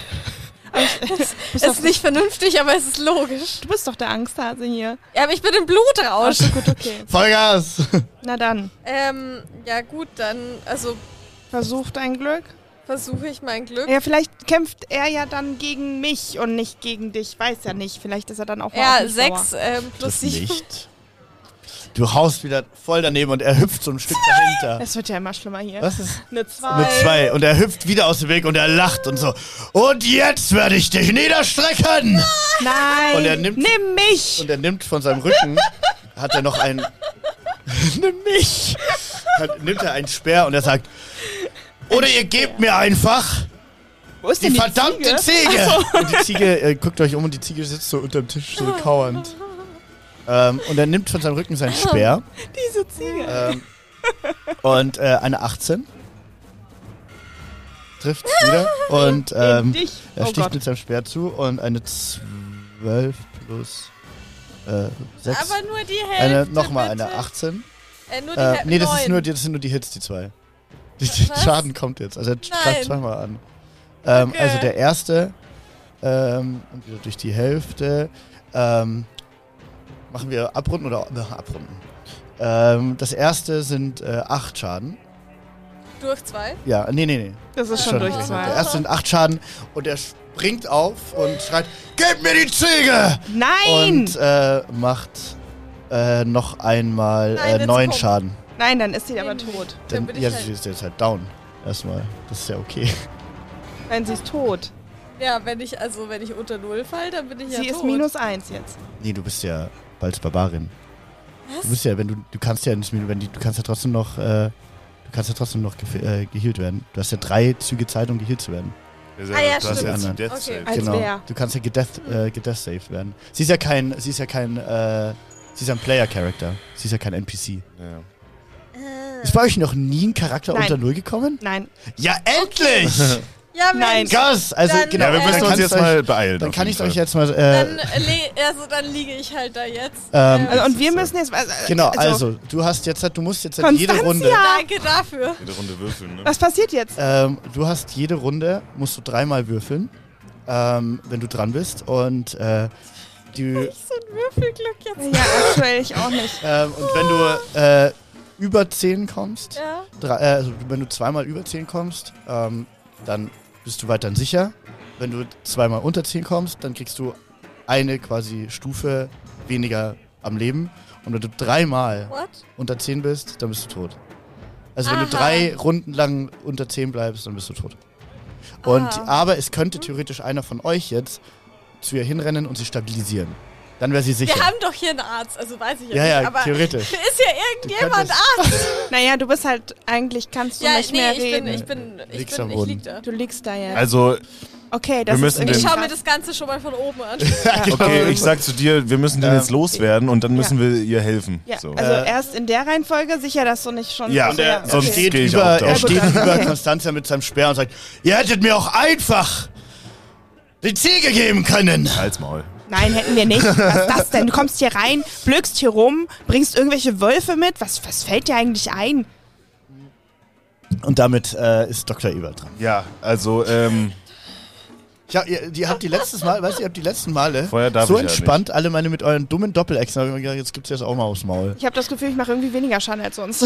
Es ist nicht vernünftig, aber es ist logisch.
Du bist doch der Angsthase hier.
Ja, aber ich bin im Blutrausch.
Gut, okay.
Vollgas!
Na dann,
Ähm, ja gut, dann, also
versucht ein Glück.
versuche ich mein Glück.
Ja, vielleicht kämpft er ja dann gegen mich und nicht gegen dich. Weiß ja nicht. Vielleicht ist er dann auch mal auf
Ja,
mich
sechs ähm, plus
Das
sieben.
nicht. Du haust wieder voll daneben und er hüpft so ein Stück
sauer.
dahinter.
Es wird ja immer schlimmer hier.
Was ist?
Eine zwei.
Mit zwei. Und er hüpft wieder aus dem Weg und er lacht und so. Und jetzt werde ich dich niederstrecken!
Nein.
Und er nimmt-
Nimm mich.
Und er nimmt von seinem Rücken, hat er noch einen. Nimm mich! Hat, nimmt er einen Speer und er sagt: Oder ihr gebt mir einfach
Wo ist
die
denn die
verdammte
Ziege?
Ziege! Und die Ziege, äh, guckt euch um und die Ziege sitzt so unterm Tisch, so kauernd. Ähm, und er nimmt von seinem Rücken seinen Speer.
Diese Ziege.
Ähm, und äh, eine 18. Trifft wieder. Und ähm,
dich.
er
Oh
sticht
Gott.
mit seinem Speer zu und eine 12 plus äh, 6.
Aber nur die Hälfte.
Eine, nochmal eine
bitte.
18.
Äh, nur die
Äh,
Hälfte.
nee, das, ist
neun.
nur, die- das sind nur die Hits, die zwei. Die, die
Was?
Schaden kommt jetzt. Also er
Nein.
greift zweimal an. Ähm,
Okay.
Also der erste ähm, und wieder durch die Hälfte. Ähm, machen wir abrunden oder äh, abrunden? Ähm, das erste sind äh, acht Schaden.
Durch zwei.
Ja, nee, nee, nee.
Das ist schon durch
gerechnet. Der
zwei.
erste sind acht Schaden und er springt auf und schreit, Gebt mir die Ziege!
Nein.
Und äh, macht äh, noch einmal
Nein,
äh,
jetzt
neun
komm.
Schaden.
Nein, dann ist sie aber
Nee.
tot.
Dann,
Dann bin ich
ja,
halt-
sie ist jetzt halt down. Erstmal. Das ist ja okay.
Nein, sie ist tot.
Ja, wenn ich, also wenn ich unter null fall, dann bin ich ja
sie
tot.
ist minus eins jetzt.
Nee, du bist ja bald Barbarin. Du bist ja, wenn du, du kannst ja nicht, wenn die, du kannst ja trotzdem noch, äh, du kannst ja trotzdem noch ge äh, geheilt werden. Du hast ja drei Züge Zeit, um geheilt zu werden.
Ah, ja,
du hast
stimmt.
jetzt
Okay.
die Death Save.
Als wer?
Du kannst ja gedeath,
Hm.
äh, gedeath saved werden. Sie ist ja kein, sie ist ja kein, äh, sie ist ja ein Player-Character. Sie ist ja kein NPC.
Ja.
Ah.
Ist bei euch noch nie ein Charakter
Nein.
unter Null gekommen?
Nein.
Ja, endlich!
Ja,
Nein.
Mensch.
Krass! Also,
Dann,
genau.
ja, wir
Dann
müssen
kannst
uns jetzt
euch-
mal beeilen.
Dann
auf
kann
jeden
ich euch
Fall.
jetzt mal, äh,
Dann, äh, le- also dann liege ich halt da jetzt.
Ähm,
Ähm,
Also, und wir
so.
müssen jetzt. Also,
Genau, also, du hast jetzt, du musst jetzt halt jede
Konstanzia!
Runde,
danke dafür.
Jede Runde würfeln, ne?
Was passiert jetzt?
ähm, du hast jede Runde, musst du dreimal würfeln, ähm, wenn du dran bist und äh, die,
So ein Würfelglück jetzt.
Ja, aktuell ich auch nicht.
ähm, und wenn du äh, über 10 kommst,
Ja.
drei, äh, also wenn du zweimal über 10 kommst, ähm, dann bist du weiterhin sicher. Wenn du zweimal unter 10 kommst, dann kriegst du eine quasi Stufe weniger am Leben und wenn du dreimal
What?
unter 10 bist, dann bist du tot. Also wenn du
Aha.
drei Runden lang unter 10 bleibst, dann bist du tot. Und
Ah.
aber es könnte theoretisch einer von euch jetzt zu ihr hinrennen und sie stabilisieren. Dann wäre sie sicher.
Wir haben doch hier einen Arzt, also weiß ich
ja,
ja, nicht.
ja,
aber
theoretisch.
ist ja irgendjemand Arzt.
Naja, du bist halt. Eigentlich kannst du
Ja,
nicht
nee,
mehr
ich
reden.
bin, ich bin, ich
Liegst
bin,
am
ich
Boden.
lieg da.
du liegst da jetzt.
Also,
okay, das
wir
ist
müssen
irgendwie
Ich
den-
schaue mir
krass.
das Ganze schon mal von oben an.
okay, ich sag zu dir, wir müssen den
Ähm,
jetzt loswerden und dann müssen wir ihr helfen.
Ja,
So.
also
Äh,
erst in der Reihenfolge sicher, dass du nicht schon.
Ja,
ja.
sonst-
okay.
steht
geh ich
über,
auch da.
er
Ja, gut,
steht über Konstanzia mit seinem Speer und sagt, ihr hättet mir auch einfach die Ziege geben können.
Halt's Maul.
Nein, hätten wir nicht. Was ist das denn? Du kommst hier rein, blökst hier rum, bringst irgendwelche Wölfe mit. Was, was fällt dir eigentlich ein?
Und damit äh, ist Dr. Ebert dran.
Ja, also, ähm,
Ich hab, ihr, die habt die letztes Mal, weißt du, ihr habt die letzten Male
Vorher darf
so
ich ja
entspannt alle meine mit euren dummen Doppelechsen. Da hab ich mir gedacht, jetzt gibt's jetzt auch mal aufs Maul.
Ich habe das Gefühl, ich mache irgendwie weniger Schaden als sonst.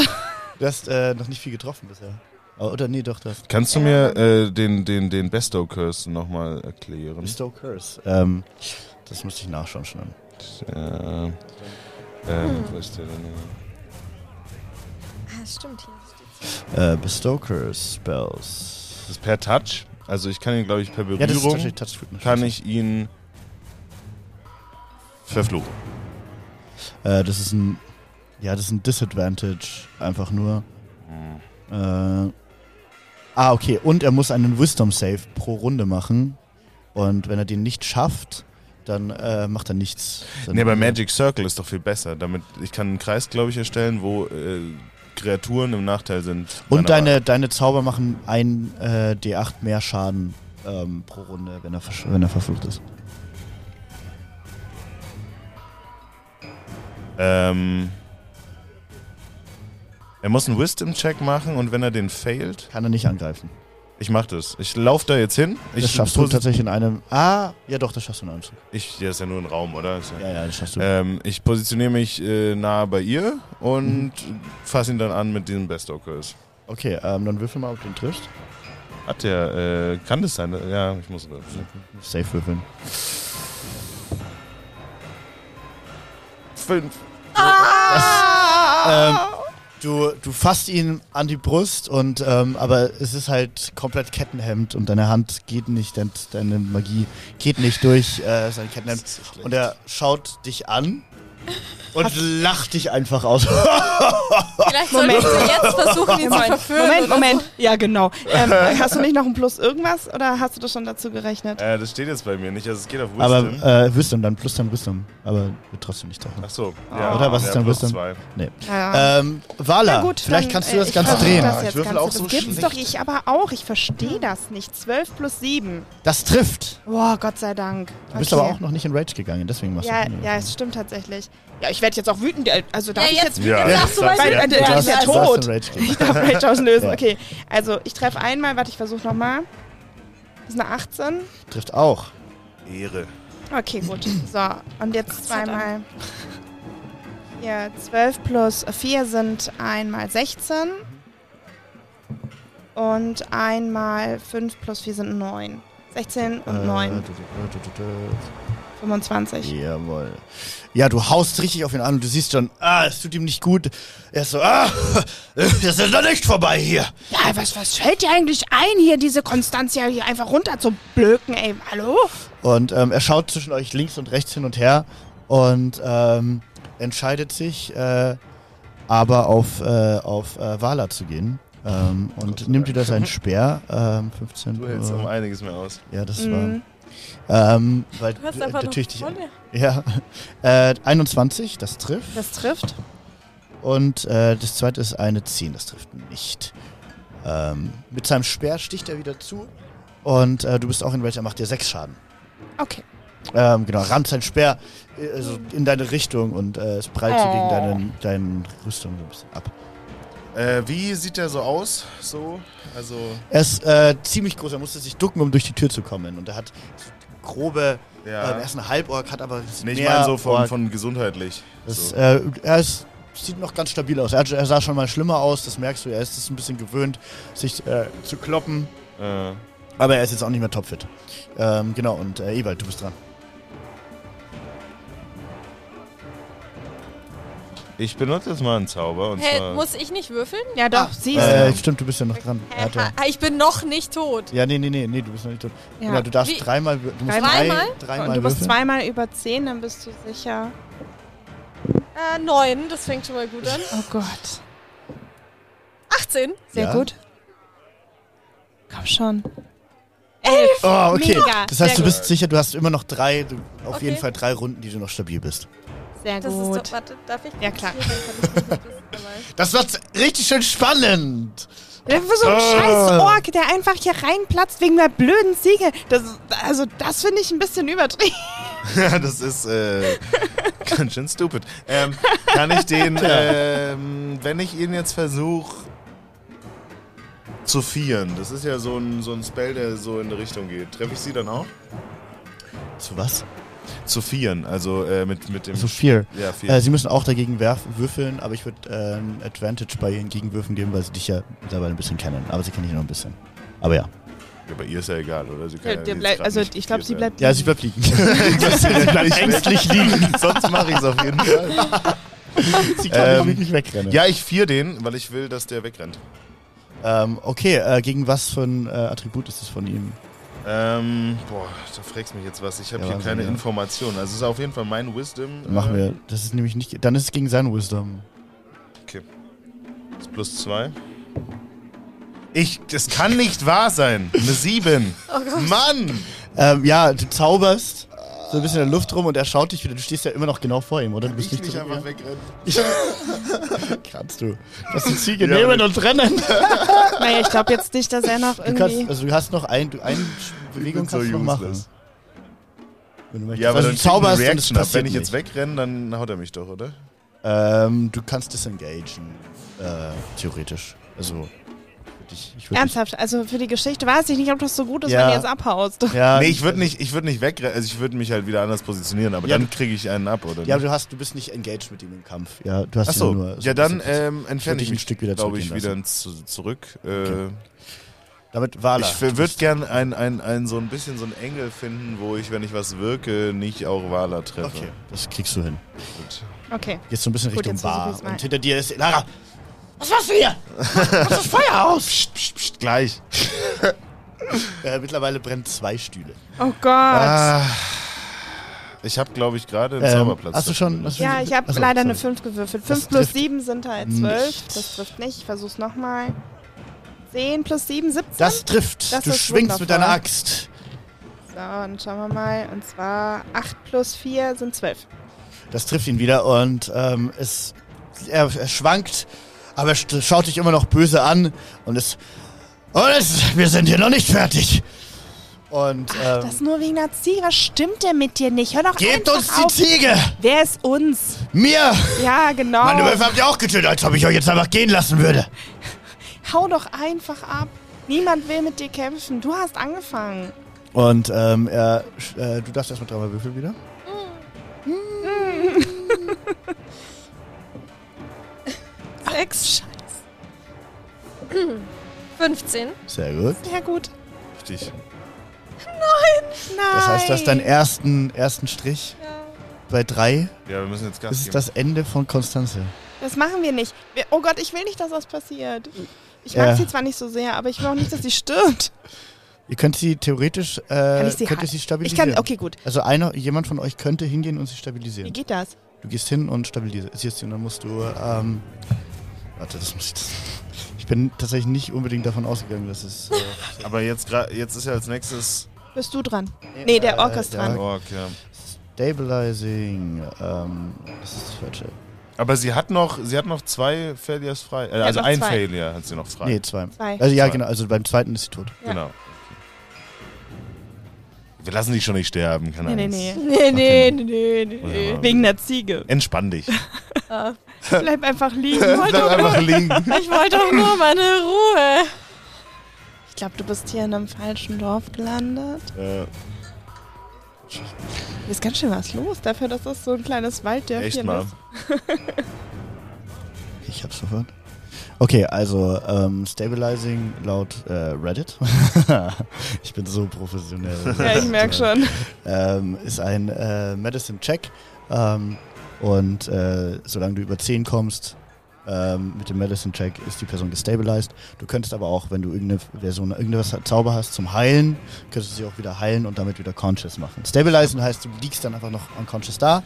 Du hast äh, noch nicht viel getroffen bisher. Oh, Oder nee, doch, das.
kannst du mir äh, den, den, den Bestow Curse nochmal erklären?
Bestow Curse. Ähm, das musste ich nachschauen schon.
Äh, ähm, wo ist der denn?
Ah, stimmt hier.
Äh, Bestow Curse Spells.
Das ist per Touch. Also ich kann ihn, glaube ich, per
Ja, das ist
Berührung,
tatsächlich Touchscreen.
kann ich ihn verfluchen.
Äh, das ist ein. Ja, das ist ein Disadvantage. Einfach nur.
Hm.
Äh, ah, okay. Und er muss einen Wisdom Save pro Runde machen. Und wenn er den nicht schafft, dann äh, macht er nichts. Dann- äh,
Nee, aber Magic Circle ist doch viel besser. Damit, ich kann einen Kreis, glaube ich, erstellen, wo äh, Kreaturen im Nachteil sind.
Und
meiner
deine, deine Zauber machen ein äh, D8 mehr Schaden ähm, pro Runde, wenn er, versch- wenn er verflucht ist.
Ähm, er muss einen Wisdom-Check machen und wenn er den failt,
Kann er nicht angreifen.
ich mach das. Ich laufe da jetzt hin. Ich
Das schaffst du
posi-
tatsächlich in einem. Ah, ja doch, das schaffst du in einem Zug. Äh,
Ich, ja, ist ja nur ein Raum, oder? Ist ja-
Ja, ja, das schaffst du.
Ähm, ich positioniere mich äh, nahe bei ihr und fasse ihn dann an mit diesem Bestow Curse.
Okay, ähm, dann würfel mal, ob du ihn triffst.
Hat der, äh, kann das sein? Ja, ich muss.
Safe würfeln.
Fünf.
Ah!
Ähm, du, du fasst ihn an die Brust und ähm, aber es ist halt komplett Kettenhemd und deine Hand geht nicht, dein, deine Magie geht nicht durch äh, sein Kettenhemd. und er schaut dich an und lacht dich einfach aus.
Vielleicht sollten wir jetzt versuchen, ihn zu
Moment,
verführen.
Moment, Moment. Ja, genau. Ähm, hast du nicht noch ein Plus irgendwas oder hast du das schon dazu gerechnet?
Äh, das steht jetzt bei mir nicht, also es geht auf Wisdom.
aber äh, Wisdom, dann plus dein Wisdom. Aber wird trotzdem nicht treffen.
Ach so, ja.
Oder was
ja,
ist denn
plus
Wisdom?
Zwei.
Nee.
Ja.
Ähm, Vala,
Na gut,
vielleicht
dann,
kannst du
äh,
das
ich
Ganze
versuch
drehen.
Das,
Ah,
jetzt
ich würfel
Ganze.
auch
das
so
gibt's
schlecht.
doch ich aber auch. Ich verstehe das nicht. 12 plus 7.
Das trifft.
Boah, Gott sei Dank.
Du bist
Okay.
aber auch noch nicht in Rage gegangen, deswegen machst
Ja,
du
ja, es stimmt tatsächlich. Ja, ich werde jetzt auch wütend. äh, Also darf
Ja,
ich jetzt
jetzt,
Ja,
jetzt darfst du mal
das-
Weil,
wieder.
äh,
Du
der ist
darfst,
ja
du darfst
tot.
in Rage gehen.
Ich darf Rage auslösen.
Ja.
Okay. Also ich treffe einmal. Warte, ich versuche nochmal. Das ist eine 18.
Trifft auch.
Ehre.
Okay, gut. So, und jetzt zweimal. Ja, 12 plus 4 sind einmal 16. Und einmal 5 plus 4 sind 9. 16 und 9,
Äh,
25.
Jawohl. Ja, du haust richtig auf ihn an und du siehst schon, ah, es tut ihm nicht gut. Er ist so, ah, das ist noch nicht vorbei hier.
Ja, was, was fällt dir eigentlich ein, hier diese Konstanzia hier einfach runter zu blöken, ey? Hallo?
Und ähm, er schaut zwischen euch links und rechts hin und her und ähm, entscheidet sich, äh, aber auf, äh, auf äh, Vala zu gehen. Ähm, und nimmt wieder seinen Speer. Ähm, 15
Du hältst um
Uhr.
einiges mehr aus.
Ja, das
Mhm.
war. Ähm, weil
Du hast
äh,
einfach nur
natürlich dich,
Wolle.
Ja. Äh, 21, das trifft.
Das trifft.
Und äh, das zweite ist eine 10, das trifft nicht. Ähm, mit seinem Speer sticht er wieder zu. Und äh, du bist auch in Rage, er macht dir 6 Schaden.
Okay.
Ähm, genau, rammt sein Speer äh, also in deine Richtung und äh, es prallt so gegen
Oh.
deinen, deinen Rüstung so ein bisschen ab.
Äh, wie sieht der so aus? So, also,
Er ist äh, ziemlich groß, er musste sich ducken, um durch die Tür zu kommen. Und er hat so grobe,
ja.
ähm, er ist ein Halborg, hat aber
nee, ich
mehr
meine so von,
Ork.
von gesundheitlich.
Das,
so.
äh, er ist, sieht noch ganz stabil aus. Er, hat, er sah schon mal schlimmer aus, das merkst du. Er ist es ein bisschen gewöhnt, sich äh, zu kloppen.
äh,
Aber er ist jetzt auch nicht mehr topfit. Ähm, genau, und äh, Ewald, du bist dran.
ich benutze jetzt mal einen Zauber und
Hey,
zwar.
muss ich nicht würfeln?
Ja, doch, siehst du.
Äh, stimmt, du bist ja noch dran. Er hat ja-
Ah, Ich bin noch nicht tot.
ja, nee, nee, nee, nee, du bist noch nicht tot. Ja.
Ja.
du darfst
Wie?
dreimal. wür- Du musst
Dreimal?
Drei, dreimal
Und du musst
würfeln.
zweimal über 10, dann bist du sicher.
Äh, neun, das fängt schon mal gut an.
Oh Gott.
18.
Sehr
Ja.
gut. Komm schon.
Oh, okay.
Mega.
Das heißt,
Sehr
du bist sicher, du hast immer noch drei, du, auf
Okay.
jeden Fall drei Runden, die du noch stabil bist.
Sehr
Das
gut.
ist doch, warte, darf ich?
Ja, klar.
Hier, dann kann ich nicht wissen, aber-
Das wird's richtig schön spannend.
Der war
Ah.
so ein scheiß Ork, der einfach hier reinplatzt wegen der blöden Ziege. Das, also das finde ich ein bisschen übertrieben.
Ja, das ist äh, ganz schön stupid. Ähm, kann ich den, ähm, wenn ich ihn jetzt versuche, Zophieren. Das ist ja so ein, so ein Spell, der so in die Richtung geht. Treffe ich sie dann auch?
Zu was?
Zophieren, also äh, mit, mit dem.
Zu Fear.
ja, vier.
Äh, sie müssen auch dagegen werf würfeln, aber ich würde äh, ein Advantage bei ihren Gegenwürfen geben, weil sie dich ja mittlerweile ein bisschen kennen. Aber sie kennen dich noch ein bisschen. Aber ja.
ja, bei ihr ist ja egal, oder? Sie kann
Ja,
ja
der
jetzt
bleibt,
grad
also
nicht
ich glaube,
vier
sie
sein.
bleibt.
Ja, sie bleibt liegen.
sie bleibt
ängstlich liegen.
Sonst mache ich es auf jeden Fall.
sie kann
Ähm,
nicht wirklich wegrennen.
Ja, ich vier den, weil ich will, dass der wegrennt.
Ähm, okay, äh, gegen was für ein äh, Attribut ist es von ihm?
Ähm, boah, da fragst mich jetzt was. Ich habe
Ja,
hier
Wahnsinn,
keine
ja.
Informationen. Also es ist auf jeden Fall mein Wisdom. äh,
Dann machen wir. Das ist nämlich nicht. Dann ist es gegen seinen Wisdom.
Ist plus zwei. Ich, das kann nicht wahr sein. Eine sieben. Mann!
Ähm, ja, du zauberst so ein bisschen in der Luft rum und er schaut dich wieder. Du stehst ja immer noch genau vor ihm, oder? Du bist
Ich
nicht
nicht einfach
zurückgegangen.
wegrennen.
Kannst du. Lass die Ziege
Ja,
nehmen und rennen.
Naja, ich glaube jetzt nicht, dass er noch
Du
irgendwie.
kannst, also du hast noch ein, du, eine Bewegung
bin so
kannst du noch machen.
useless.
Wenn du möchtest.
Ja, aber
also
dann
du
kriegt eine
zauberst und es
Reaction ab.
passiert
Wenn ich
nicht.
jetzt wegrenne, dann haut er mich doch, oder?
Ähm, du kannst disengagen. Äh, theoretisch. Also, für dich. Ich würd
Ernsthaft, also für die Geschichte weiß ich nicht, ob das so gut ist,
Ja.
wenn du jetzt abhaust.
Nicht, ja, äh,
nee, ich würde nicht, ich würd nicht wegrennen. Also ich würde mich halt wieder anders positionieren, aber
Ja,
dann kriege ich einen ab, oder?
Ja,
nicht?
du hast, du bist nicht engaged mit ihm im Kampf. Ja, du hast ihn
Achso,
nur. so
ja
ein
dann
bisschen-
ähm, entferne
dich
ich
ein
mich,
Stück wieder
glaube ich, wieder
zurückgehen
ins, zurück. Äh,
Okay. damit Wala.
Ich würde gern ein, ein, ein, so ein bisschen so einen Engel finden, wo ich, wenn ich was wirke, nicht auch Wala treffe.
Okay, das kriegst du hin.
Gut.
Okay.
Jetzt so ein bisschen
Gut,
Richtung
jetzt versuch
Bar.
ich's mal.
Und hinter dir ist Lara. Was machst du hier? Mach das Feuer aus! Psst, psst, psst, gleich. äh, mittlerweile brennen zwei Stühle.
Oh Gott.
Ah, ich habe, glaube ich, gerade einen Zauberplatz.
Ähm, hast du schon? Hast du
ja, ich habe
Achso,
leider eine
Also, sorry.
5 gewürfelt.
Das
5 plus
trifft
7 sind halt 12.
nicht.
Das trifft nicht. Ich versuch's nochmal. 10 plus 7, 17.
Das trifft.
Das
du
ist
schwingst mit
wundervoll.
deiner Axt.
So, und schauen wir mal. Und zwar 8 plus 4 sind 12.
Das trifft ihn wieder und ähm, es, er, er schwankt, aber er st- schaut dich immer noch böse an und es. Und es, wir sind hier noch nicht fertig. Und ähm,
Das nur wegen der Ziege. Was stimmt denn mit dir nicht? Hör doch
gebt
einfach
uns die
auf.
Ziege!
Wer ist uns?
Mir!
Ja, genau.
Meine Wölfe habt ihr auch getötet, als ob ich euch jetzt einfach gehen lassen würde.
Hau doch einfach ab. Niemand will mit dir kämpfen. Du hast angefangen.
Und ähm, er, sch- äh, du darfst erstmal dreimal würfeln wieder.
Sechs. Scheiße. 15.
Sehr gut.
Ja, gut.
Richtig.
Nein.
Das heißt, du hast deinen ersten, ersten Strich bei drei.
Ja, wir müssen jetzt Gas
Das ist
geben.
das Ende von Konstanze.
Das machen wir nicht. Wir, oh Gott, ich will nicht, dass das passiert. Ich
Ja.
mag sie zwar nicht so sehr, aber ich will auch nicht, dass sie stirbt.
Ihr könnt sie theoretisch äh,
Kann ich sie
könnt ihr
halten?
sie
Ich
stabilisieren.
kann, okay, gut.
Also einer, jemand von euch könnte hingehen und sie
Wie
stabilisieren.
geht das?
Du gehst hin und stabilisierst sie und dann musst du. Ähm, warte, das muss ich. Das, ich bin tatsächlich nicht unbedingt davon ausgegangen, dass es. Äh,
Aber jetzt, gra- jetzt ist ja als nächstes
Bist du dran? Nee, der Ork ist
ja,
dran.
Ork, ja.
Stabilizing. Ähm, das ist das falsche.
Aber sie hat noch, sie hat noch zwei Failures frei. Äh, also
noch
ein
zwei.
Failure hat sie noch frei.
Nee, zwei.
Zwei.
Also ja,
Zwei.
genau. Also beim zweiten ist sie tot.
Ja.
Genau. Wir lassen dich schon nicht sterben, keine
Nee, nee,
Angst.
nee.
Nee, nee, nee, nee,
nee.
Wegen der Ziege.
Entspann dich.
Bleib einfach liegen.
Bleib einfach liegen.
Ich wollte doch nur meine Ruhe.
Ich glaube, du bist hier in einem falschen Dorf gelandet.
Äh,
Hier ist ganz schön was los, dafür, dass das so ein kleines
echt
Walddörfchen
mal.
ist.
Ich hab's sofort. Okay, also ähm, Stabilizing laut äh, Reddit. ich bin so professionell.
Ja, ich merk schon.
ähm, ist ein äh, Medicine Check. Ähm, und äh, solange du über 10 kommst ähm, mit dem Medicine Check, ist die Person gestabilized. Du könntest aber auch, wenn du irgendeine Version, irgendwas Zauber hast zum Heilen, könntest du sie auch wieder heilen und damit wieder conscious machen. Stabilizen heißt, du liegst dann einfach noch unconscious da.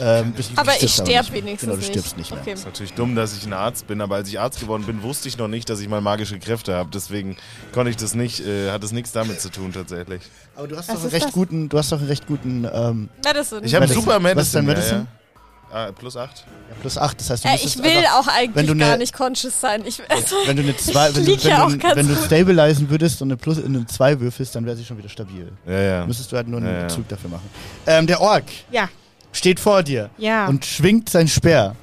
Ähm, bist-
Aber
liegst
ich
jetzt
sterb
nicht mehr.
wenigstens
Genau, du
nicht.
stirbst nicht mehr.
Okay.
Ist natürlich dumm, dass ich ein Arzt bin, aber als ich Arzt geworden bin, wusste ich noch nicht, dass ich mal magische Kräfte habe. Deswegen konnte ich das nicht, äh, hat es nichts damit zu tun tatsächlich.
Aber du hast
Was
doch einen
ist
recht
das?
guten, du hast doch einen recht guten ähm,
Medicine.
Ich habe
Medicine.
super Medicine.
Was ist dein
Ja,
Medicine?
ja. Ah, plus 8.
ja, plus 8, das heißt, du
äh,
müsstest
ich will
einfach-
auch eigentlich
wenn du ne-
gar nicht conscious sein. Ich, also,
Wenn du eine 2,
Ich
wenn, du-
lieg ja auch
wenn, du,
ganz
wenn du
gut.
stabilisen würdest und eine Plus in eine 2 würfelst, dann wäre sie schon wieder stabil.
Ja, ja.
Müsstest du halt nur einen
Ja, ja.
Bezug dafür machen. Ähm, der Ork
Ja,
steht vor dir
ja.
und schwingt sein Speer.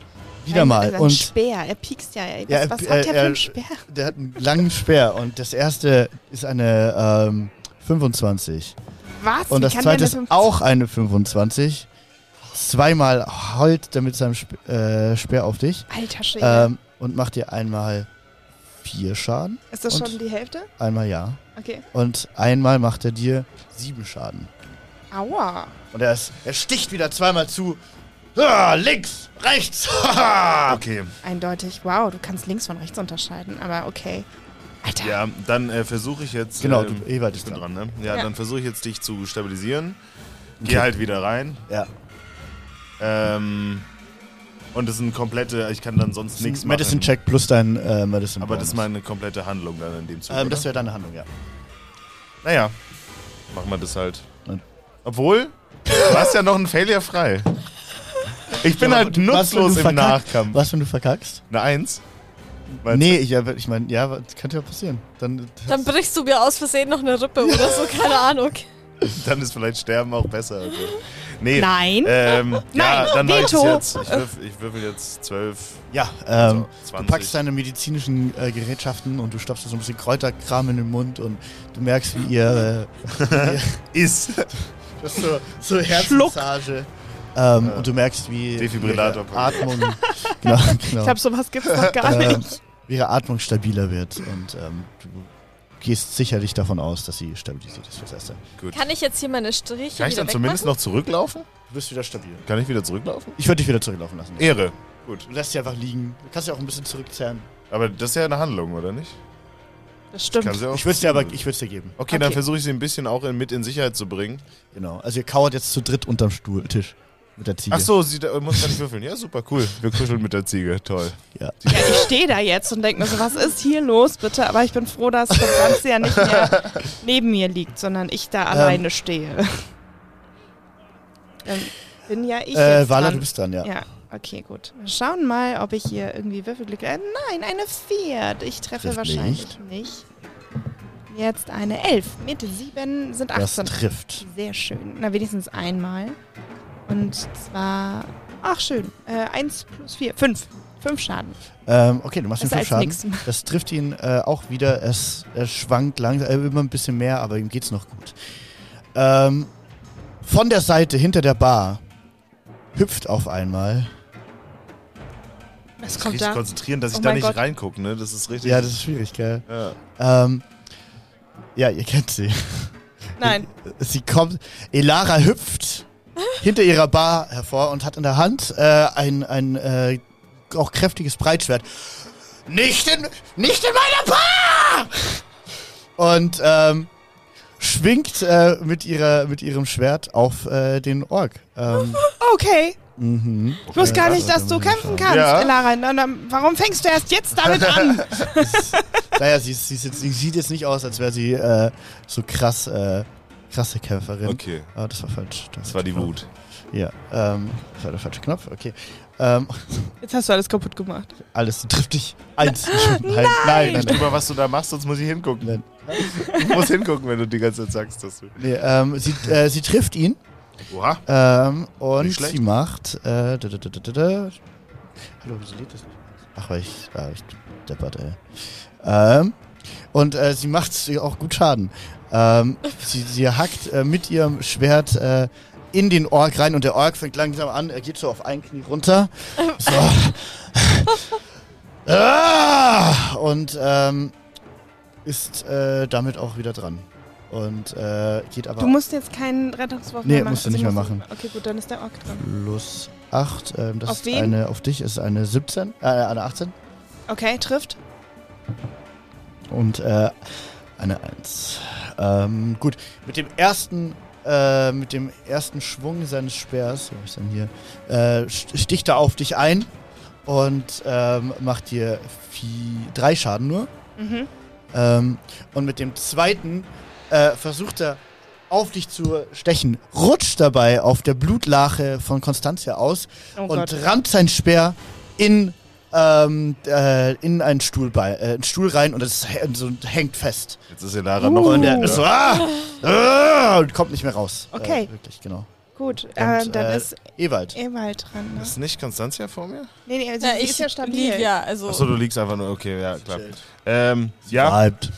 Wieder mal.
Sein
Und
Speer, er piekst ja. Was,
Ja, äh, er-
was hat
er-
er für
er-
einen Speer?
der hat einen langen Speer und das erste ist eine ähm, 25.
Was?
Und
Wie
das
kann
zweite
der
ist
eine fünf-
auch eine 25. Zweimal heult er mit seinem Sp äh, Speer auf dich
Alter Schwede.
ähm, und macht dir einmal vier Schaden.
Ist das
und-
schon die Hälfte?
Einmal ja.
Okay.
Und einmal macht er dir sieben Schaden.
Aua.
Und er, ist, er sticht wieder zweimal zu. Ah, links, rechts. haha.
Ah, Okay.
Eindeutig. Wow, du kannst links von rechts unterscheiden, aber okay. Alter.
Ja, dann äh, versuche ich jetzt.
genau,
ähm,
du, Ewald
ich
ist
bin
dran.
dran, ne? Ja,
Ja.
dann versuche ich jetzt dich zu stabilisieren. Geh
Okay.
halt wieder rein.
Ja.
Ähm, und das ist ein komplette, ich kann dann sonst nichts machen.
Medicine Check plus dein äh, Medicine
Aber das ist
Bonus.
meine komplette Handlung dann in dem ne? Zug.
ähm,
oder?
Das wäre deine Handlung, ja.
naja, machen wir das halt.
Nein.
Obwohl, du hast ja noch einen Failure frei. Ich bin
Ja, aber was,
halt
wenn du
nutzlos im
verkack-
Nachkampf.
Was, wenn du verkackst?
Eine Eins. Weil-
nee, ich, ja, ich meine, ja, das könnte ja passieren. Dann, äh,
Dann brichst du mir aus Versehen noch eine Rippe oder so, keine Ahnung.
Dann ist vielleicht Sterben auch besser. Also. Nee.
Nein.
Äh,
Ähm, ja, dann mach ich's
Veto.
jetzt. Ich würfel, ich würfel jetzt zwölf.
ja,
Also
ähm,
20.
du packst deine medizinischen äh, Gerätschaften und du stopfst dir so ein bisschen Kräuterkram in den Mund und du merkst, wie ihr
Ist.
äh, das so, so Herzmassage. Ähm, Und du merkst, wie
Defibrillator.
ihre Atmung, genau, genau,
Ich glaube, sowas gibt's noch gar
ähm,
nicht.
wie ihre Atmung stabiler wird und ähm, du gehst sicherlich davon aus, dass sie stabilisiert ist fürs Erste.
Gut.
Kann ich jetzt hier meine Striche
Kann ich
wieder
dann zumindest noch zurücklaufen?
Du bist wieder stabil.
Kann ich wieder zurücklaufen?
Ich würde dich wieder zurücklaufen lassen.
Ehre. Gut.
Du lässt sie einfach liegen. Du kannst sie auch ein bisschen zurückzerren.
Aber das ist ja eine Handlung, oder nicht?
Das
Ich
stimmt.
kann sie auch-
Ich würde es dir aber ich würd's dir geben.
Okay, dann
Okay.
versuche ich sie ein bisschen auch in, mit in Sicherheit zu bringen.
Genau. Also ihr kauert jetzt zu dritt unterm Stuhl, Tisch. Mit der Ziege.
Ach so, sie da, muss gar nicht würfeln. Ja, super, cool. Wir kuscheln mit der Ziege. Toll.
Ja, ich stehe da jetzt und denke mir so, was ist hier los, bitte? Aber ich bin froh, dass das Ganze ja nicht mehr neben mir liegt, sondern ich da
Ähm.
alleine stehe. Dann bin ja ich
Äh,
jetzt
Vala,
dran.
du bist dran, ja.
ja, okay, gut. Wir schauen mal, ob ich hier irgendwie Würfelglück... Äh, nein, eine Vier. Ich treffe
Trifft
wahrscheinlich nicht. Jetzt eine Elf. Mit sieben sind
Das
18.
trifft.
Sehr schön. Na, wenigstens einmal. Und zwar... Ach, schön. Äh, eins plus vier. Fünf. Fünf Schaden.
Ähm, okay, du machst ihm
Besser
fünf
als
Schaden.
nix.
Das trifft ihn äh, auch wieder. Es, er schwankt langsam, äh, immer ein bisschen mehr, aber ihm geht's noch gut. Ähm, von der Seite hinter der Bar hüpft auf einmal.
Was
richtig konzentrieren, dass ich
Oh
da
mein
nicht
Gott.
reingucke, ne? Das ist richtig.
Ja, das ist schwierig, gell?
Ja.
Ähm, ja, ihr kennt sie.
Nein.
Sie kommt. Elara hüpft hinter ihrer Bar hervor und hat in der Hand äh, ein, ein äh, auch kräftiges Breitschwert. Nicht in, nicht in meiner Bar! Und ähm, schwingt äh, mit, ihrer, mit ihrem Schwert auf äh, den Ork. Ähm,
Okay.
mhm.
Ich wusste gar nicht,
Ja,
dass du
dann-
kämpfen kannst,
Ja.
Elara. Na, na, warum fängst du erst jetzt damit an?
Naja, sie, ist- sie, ist jetzt, sie sieht jetzt nicht aus, als wäre sie äh, so krass, äh, krasse Kämpferin.
Okay.
Aber das war falsch.
Das war die
Knopf.
Wut.
Ja, ähm, das war der falsche Knopf, okay. Ähm,
Jetzt hast du alles kaputt gemacht.
alles trifft dich. Eins. Nein, nein, nein. nein.
Über was du da machst, sonst muss ich hingucken.
nein.
Ich muss hingucken, wenn du die ganze Zeit sagst, dass du.
Nee, ähm, sie, äh, sie trifft ihn
Oha.
ähm, und
Nicht schlecht.
sie macht. Äh, da, da, da, da, da, da. Hallo, wieso lädt das nicht? Ach, weil ich. Ah, ich deppert, ey. Ähm, und äh, sie macht auch gut Schaden. Ähm, sie, sie hackt äh, mit ihrem Schwert äh, in den Ork rein und der Ork fängt langsam an. Er geht so auf ein Knie runter. So. ah! Und ähm, ist äh, damit auch wieder dran. Und äh, geht aber
Du musst jetzt keinen Rettungswurf
Nee,
mehr machen.
musst du nicht
Also,
mehr
musst-
machen.
Okay, gut, dann ist der Ork dran.
plus 8. Ähm, das
Auf
ist
wen?
eine auf dich ist eine 17, äh, eine 18
Okay, trifft.
und äh, eine 1. Ähm, gut, mit dem ersten äh, mit dem ersten Schwung seines Speers, wo hab ich dann hier, äh, st- sticht er auf dich ein und ähm, macht dir vi- drei Schaden nur.
Mhm.
Ähm, und mit dem zweiten äh, versucht er auf dich zu stechen, rutscht dabei auf der Blutlache von Constantia aus
Oh
und
Gott.
rammt sein Speer in, ähm, äh, in einen Stuhl, bei, äh, einen Stuhl rein und es hä- so, hängt fest.
Uh.
Jetzt ist Elara noch.
Und er ist so, ah, ah, und kommt nicht mehr raus.
Okay.
Äh, wirklich, genau.
Gut, äh,
Und,
dann
äh,
ist
Ewald.
Ewald dran. Ne?
Ist nicht Konstanzia vor mir?
Nee, nee, also
Na,
sie
ich
ist ja stabil.
lieg Ja, also
Achso, du liegst einfach nur. Okay, ja, klar.
Chillt.
Ähm, ja,
Bleibt.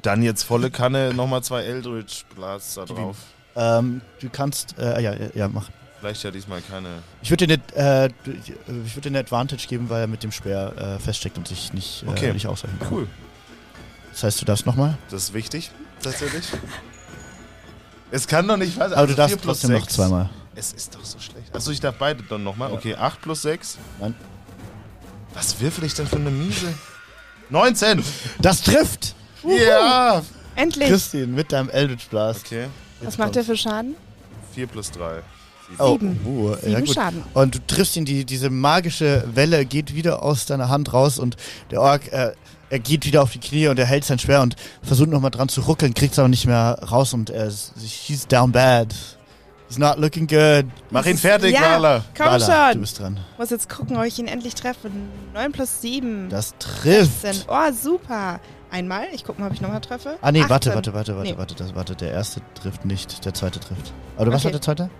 dann jetzt volle Kanne, nochmal zwei Eldritch Blasts da drauf.
Ähm, du kannst, äh, ja, ja, ja, mach.
Vielleicht ja diesmal keine.
Ich würde dir, eine, äh, du- ich ich würde dir eine Advantage geben, weil er mit dem Speer äh, feststeckt und sich nicht, äh,
Okay.
nicht ausweichen kann.
Cool.
Das heißt, du darfst nochmal.
Das ist wichtig, tatsächlich. Es kann doch nicht Also was.
Aber du darfst trotzdem noch zweimal.
Es ist doch so schlecht. Achso, ich darf beide dann nochmal.
Ja.
Okay, 8 plus 6.
Nein.
Was würfel ich denn für eine miese? 19!
Das trifft!
Ja!
Endlich.
Christine mit deinem Eldritch Blast.
Okay,
Was macht der für Schaden?
4 plus 3.
Oh,
Sieben.
uh, ja,
Sieben
gut.
Schaden.
Und du triffst ihn, die, diese magische Welle geht wieder aus deiner Hand raus und der Ork, äh, er geht wieder auf die Knie und er hält sein Schwert und versucht nochmal dran zu ruckeln, kriegt es aber nicht mehr raus und er ist, he's down bad. He's not looking good.
Mach ihn fertig,
ja,
Maler!
Komm
Lala, Du
schon.
bist dran.
Muss jetzt gucken, ob ich ihn endlich treffe. 9 plus 7.
Das trifft.
18. Oh, super. Einmal. Ich guck mal, ob ich nochmal treffe.
Ah nee, warte,
18.
warte, warte, warte,
Nee.
warte, das, warte. Der erste trifft nicht, der zweite trifft. Aber was
Okay.
hat der zweite?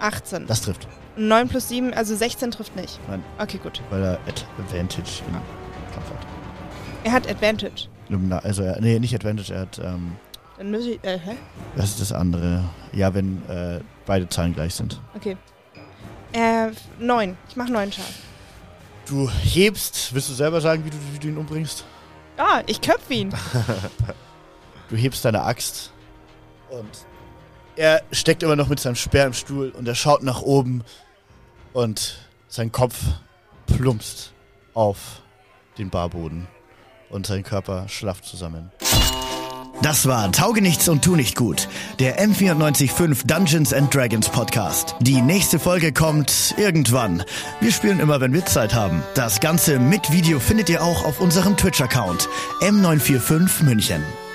18.
Das trifft,
9 plus 7, also 16 trifft nicht.
Nein.
Okay, gut.
weil er Advantage genau, im Kampf hat.
Er hat Advantage.
Im Na- Also er, nee, nicht Advantage, er hat ähm,
Dann muss ich. Äh, hä?
Das ist das andere. Ja, wenn äh, beide Zahlen gleich sind.
Okay. Äh, 9. Ich mach 9 Schaden.
Du hebst, willst du selber sagen, wie du, wie du ihn umbringst?
Ah, ich köpfe ihn.
Du hebst deine Axt und er steckt immer noch mit seinem Speer im Stuhl und er schaut nach oben und sein Kopf plumpst auf den Barboden und sein Körper schlafft zusammen.
Das war Taugenichts und Tu nicht gut, der M945 Dungeons and Dragons Podcast. Die nächste Folge kommt irgendwann. Wir spielen immer, wenn wir Zeit haben. Das Ganze mit Video findet ihr auch auf unserem Twitch-Account M945 München.